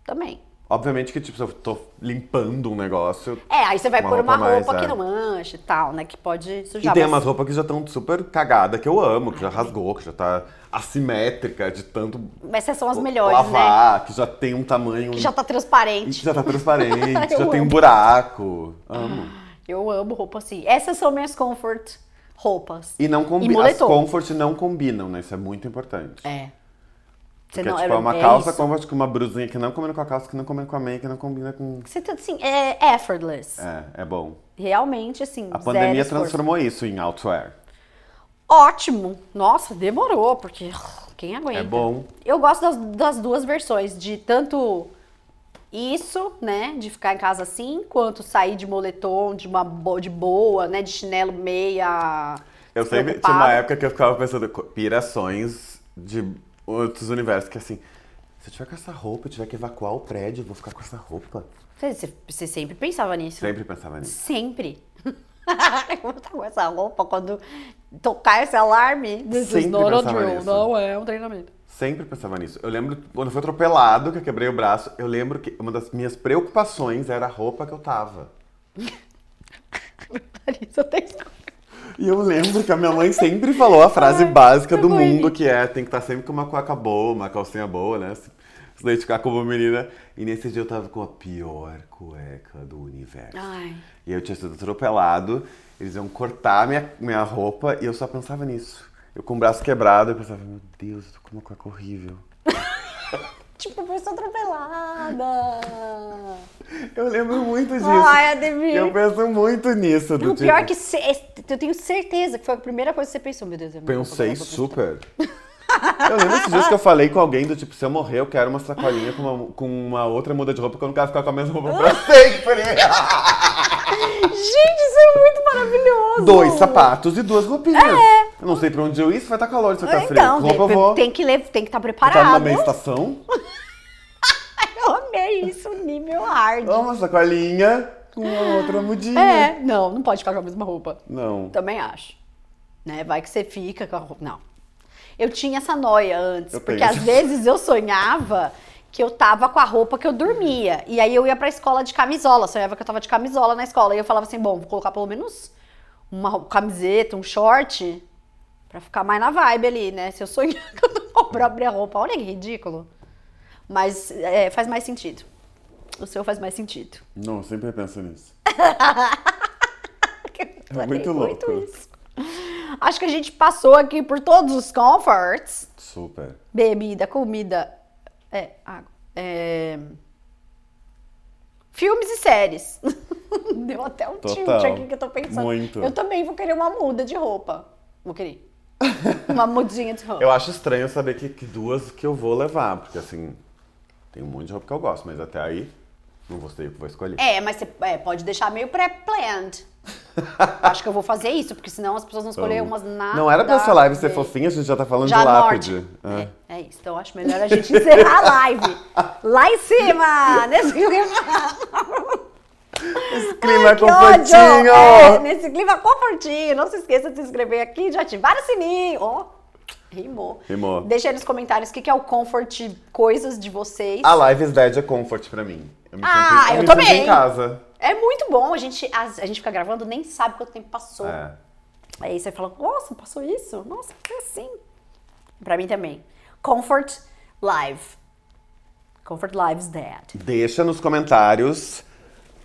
Speaker 1: Também.
Speaker 2: Obviamente que, tipo, se eu tô limpando um negócio.
Speaker 1: É, aí você vai
Speaker 2: Uma
Speaker 1: pôr uma
Speaker 2: roupa mais,
Speaker 1: roupa que
Speaker 2: é.
Speaker 1: não manche e tal, né? Que pode
Speaker 2: E
Speaker 1: sujar.
Speaker 2: tem
Speaker 1: mas-
Speaker 2: umas roupas que já estão super cagada, que eu amo, que já rasgou, que já tá assimétrica de tanto
Speaker 1: Mas essas são as melhores, né?
Speaker 2: lavar, que já tem um tamanho.
Speaker 1: Que já tá
Speaker 2: e que
Speaker 1: transparente.
Speaker 2: já tá transparente,
Speaker 1: Eu
Speaker 2: já tem um
Speaker 1: amo.
Speaker 2: buraco. Amo.
Speaker 1: Eu amo roupa assim. Essas são minhas comfort roupas.
Speaker 2: E não
Speaker 1: E
Speaker 2: combina. As
Speaker 1: moletom.
Speaker 2: comfort não combinam, né? Isso é muito importante.
Speaker 1: É. Você
Speaker 2: Porque,
Speaker 1: não
Speaker 2: tipo,
Speaker 1: era
Speaker 2: é uma calça
Speaker 1: isso.
Speaker 2: comfort com uma blusinha que não combina com a calça, que não combina com a meia, que não combina com.
Speaker 1: Você tá assim, é effortless.
Speaker 2: É, é bom.
Speaker 1: Realmente, assim.
Speaker 2: A pandemia
Speaker 1: zero esforço.
Speaker 2: transformou isso em outwear.
Speaker 1: Ótimo! Nossa, demorou, porque ah, quem aguenta?
Speaker 2: É bom.
Speaker 1: Eu gosto das, das duas versões, de tanto isso, né, de ficar em casa assim, quanto sair de moletom, de uma bo- de boa, né, de chinelo meia.
Speaker 2: Eu sempre tinha
Speaker 1: despreocupada.
Speaker 2: uma época que eu ficava pensando co- pirações de outros universos, que assim, se eu tiver com essa roupa, eu tiver que evacuar o prédio, eu vou ficar com essa roupa.
Speaker 1: Você, você sempre pensava nisso?
Speaker 2: Sempre pensava nisso.
Speaker 1: Sempre. Eu vou estar com essa roupa quando tocar esse alarme. This is
Speaker 2: Sempre
Speaker 1: not a
Speaker 2: pensava
Speaker 1: drill,
Speaker 2: nisso.
Speaker 1: não é um treinamento.
Speaker 2: Sempre pensava nisso. Eu lembro quando eu fui atropelado, que eu quebrei o braço, eu lembro que uma das minhas preocupações era a roupa que eu tava.
Speaker 1: Meu nariz, eu tenho...
Speaker 2: E eu lembro que a minha mãe sempre falou a frase
Speaker 1: Ai,
Speaker 2: básica do
Speaker 1: eu morri.
Speaker 2: mundo, que é tem que estar sempre com uma cueca boa, uma calcinha boa, né? Se se identificar como uma menina. E nesse dia eu tava com a pior cueca do universo.
Speaker 1: Ai.
Speaker 2: E eu tinha sido atropelado, eles iam cortar minha, minha roupa e eu só pensava nisso. Eu com o braço quebrado, eu pensava, meu Deus, eu tô com uma cueca é horrível.
Speaker 1: Tipo, foi só atropelada.
Speaker 2: Eu lembro muito disso.
Speaker 1: Ai, Ademir.
Speaker 2: eu penso muito nisso. Do
Speaker 1: O pior é
Speaker 2: tipo,
Speaker 1: que se- eu tenho certeza que foi a primeira coisa que você pensou, meu Deus. eu não vou
Speaker 2: Pensei
Speaker 1: colocar
Speaker 2: super. Eu lembro esses dias que eu falei com alguém do tipo, se eu morrer, eu quero uma sacolinha com uma, com uma outra muda de roupa, que eu não quero ficar com a mesma roupa pra sempre.
Speaker 1: pra- Gente, isso é muito maravilhoso.
Speaker 2: Dois sapatos e duas roupinhas. Eu não sei pra onde eu ir, se vai estar calor, se vai estar
Speaker 1: É. Então,
Speaker 2: frio. tá Com Roupa eu
Speaker 1: tem-
Speaker 2: vou.
Speaker 1: tem que estar tem que tá
Speaker 2: Tá numa
Speaker 1: preparado.
Speaker 2: meia estação,
Speaker 1: Eu amei isso, nível hard.
Speaker 2: uma sacolinha com uma outra mudinha.
Speaker 1: É, não, não pode ficar com a mesma roupa.
Speaker 2: Não.
Speaker 1: Também acho. Né? Vai que você fica com a roupa. Não. Eu tinha essa noia antes,
Speaker 2: Eu
Speaker 1: porque
Speaker 2: tenho.
Speaker 1: às vezes eu sonhava que eu tava com a roupa que eu dormia. E aí eu ia pra escola de camisola, sonhava que eu tava de camisola na escola. E eu falava assim, bom, vou colocar pelo menos uma roupa- camiseta, um short, pra ficar mais na vibe ali, né? Se eu sonhar que eu tô com a própria roupa. Olha que ridículo. Mas é, faz mais sentido. O seu faz mais sentido.
Speaker 2: Não, eu sempre penso nisso.
Speaker 1: Eu
Speaker 2: É muito
Speaker 1: adorei
Speaker 2: louco.
Speaker 1: isso. Acho que a gente passou aqui por todos os comforts.
Speaker 2: Super.
Speaker 1: Bebida, comida, é, água. é, Filmes e séries. Deu até um tilt
Speaker 2: Total.
Speaker 1: aqui que eu tô pensando.
Speaker 2: Muito.
Speaker 1: Eu também vou querer uma muda de roupa. Vou querer. Uma mudinha de roupa.
Speaker 2: Eu acho estranho saber que, que duas que eu vou levar, porque assim, tem um monte de roupa que eu gosto, mas até aí não vou sei o que vou escolher.
Speaker 1: É, mas você é, pode deixar meio pré-planned. Acho que eu vou fazer isso, porque senão as pessoas vão escolher
Speaker 2: Então,
Speaker 1: umas nada.
Speaker 2: Não era pra essa live ser
Speaker 1: a ver.
Speaker 2: fofinha, a gente já tá falando
Speaker 1: Já
Speaker 2: de
Speaker 1: norte.
Speaker 2: lápide. É.
Speaker 1: É, é isso. Então eu acho melhor a gente encerrar a live. Lá em cima! Nesse clima.
Speaker 2: Esse clima é
Speaker 1: Que ódio!
Speaker 2: completinho!
Speaker 1: É, nesse clima confortinho. Não se esqueça de se inscrever aqui, de ativar o sininho. Ó, rimou.
Speaker 2: Rimou.
Speaker 1: Deixa aí nos comentários o que, que é o comfort coisas de vocês.
Speaker 2: A live is dead é comfort pra mim. Eu me
Speaker 1: Ah,
Speaker 2: sinto, eu
Speaker 1: eu
Speaker 2: me
Speaker 1: também.
Speaker 2: sinto em casa.
Speaker 1: É muito bom. A gente, a, a gente fica gravando, nem sabe quanto tempo passou.
Speaker 2: É.
Speaker 1: Aí você fala, nossa, passou isso? Nossa, foi assim. Pra mim também. Comfort Live. Comfort Lives Dead.
Speaker 2: Deixa nos comentários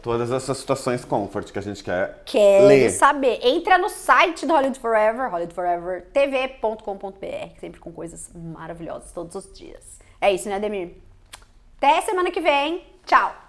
Speaker 2: todas essas situações comfort que a gente quer
Speaker 1: Quero
Speaker 2: ler.
Speaker 1: saber. Entra no site do Hollywood Forever, hollywoodforevertv.com.br, sempre com coisas maravilhosas todos os dias. É isso, né, Demir? Até semana que vem. Tchau!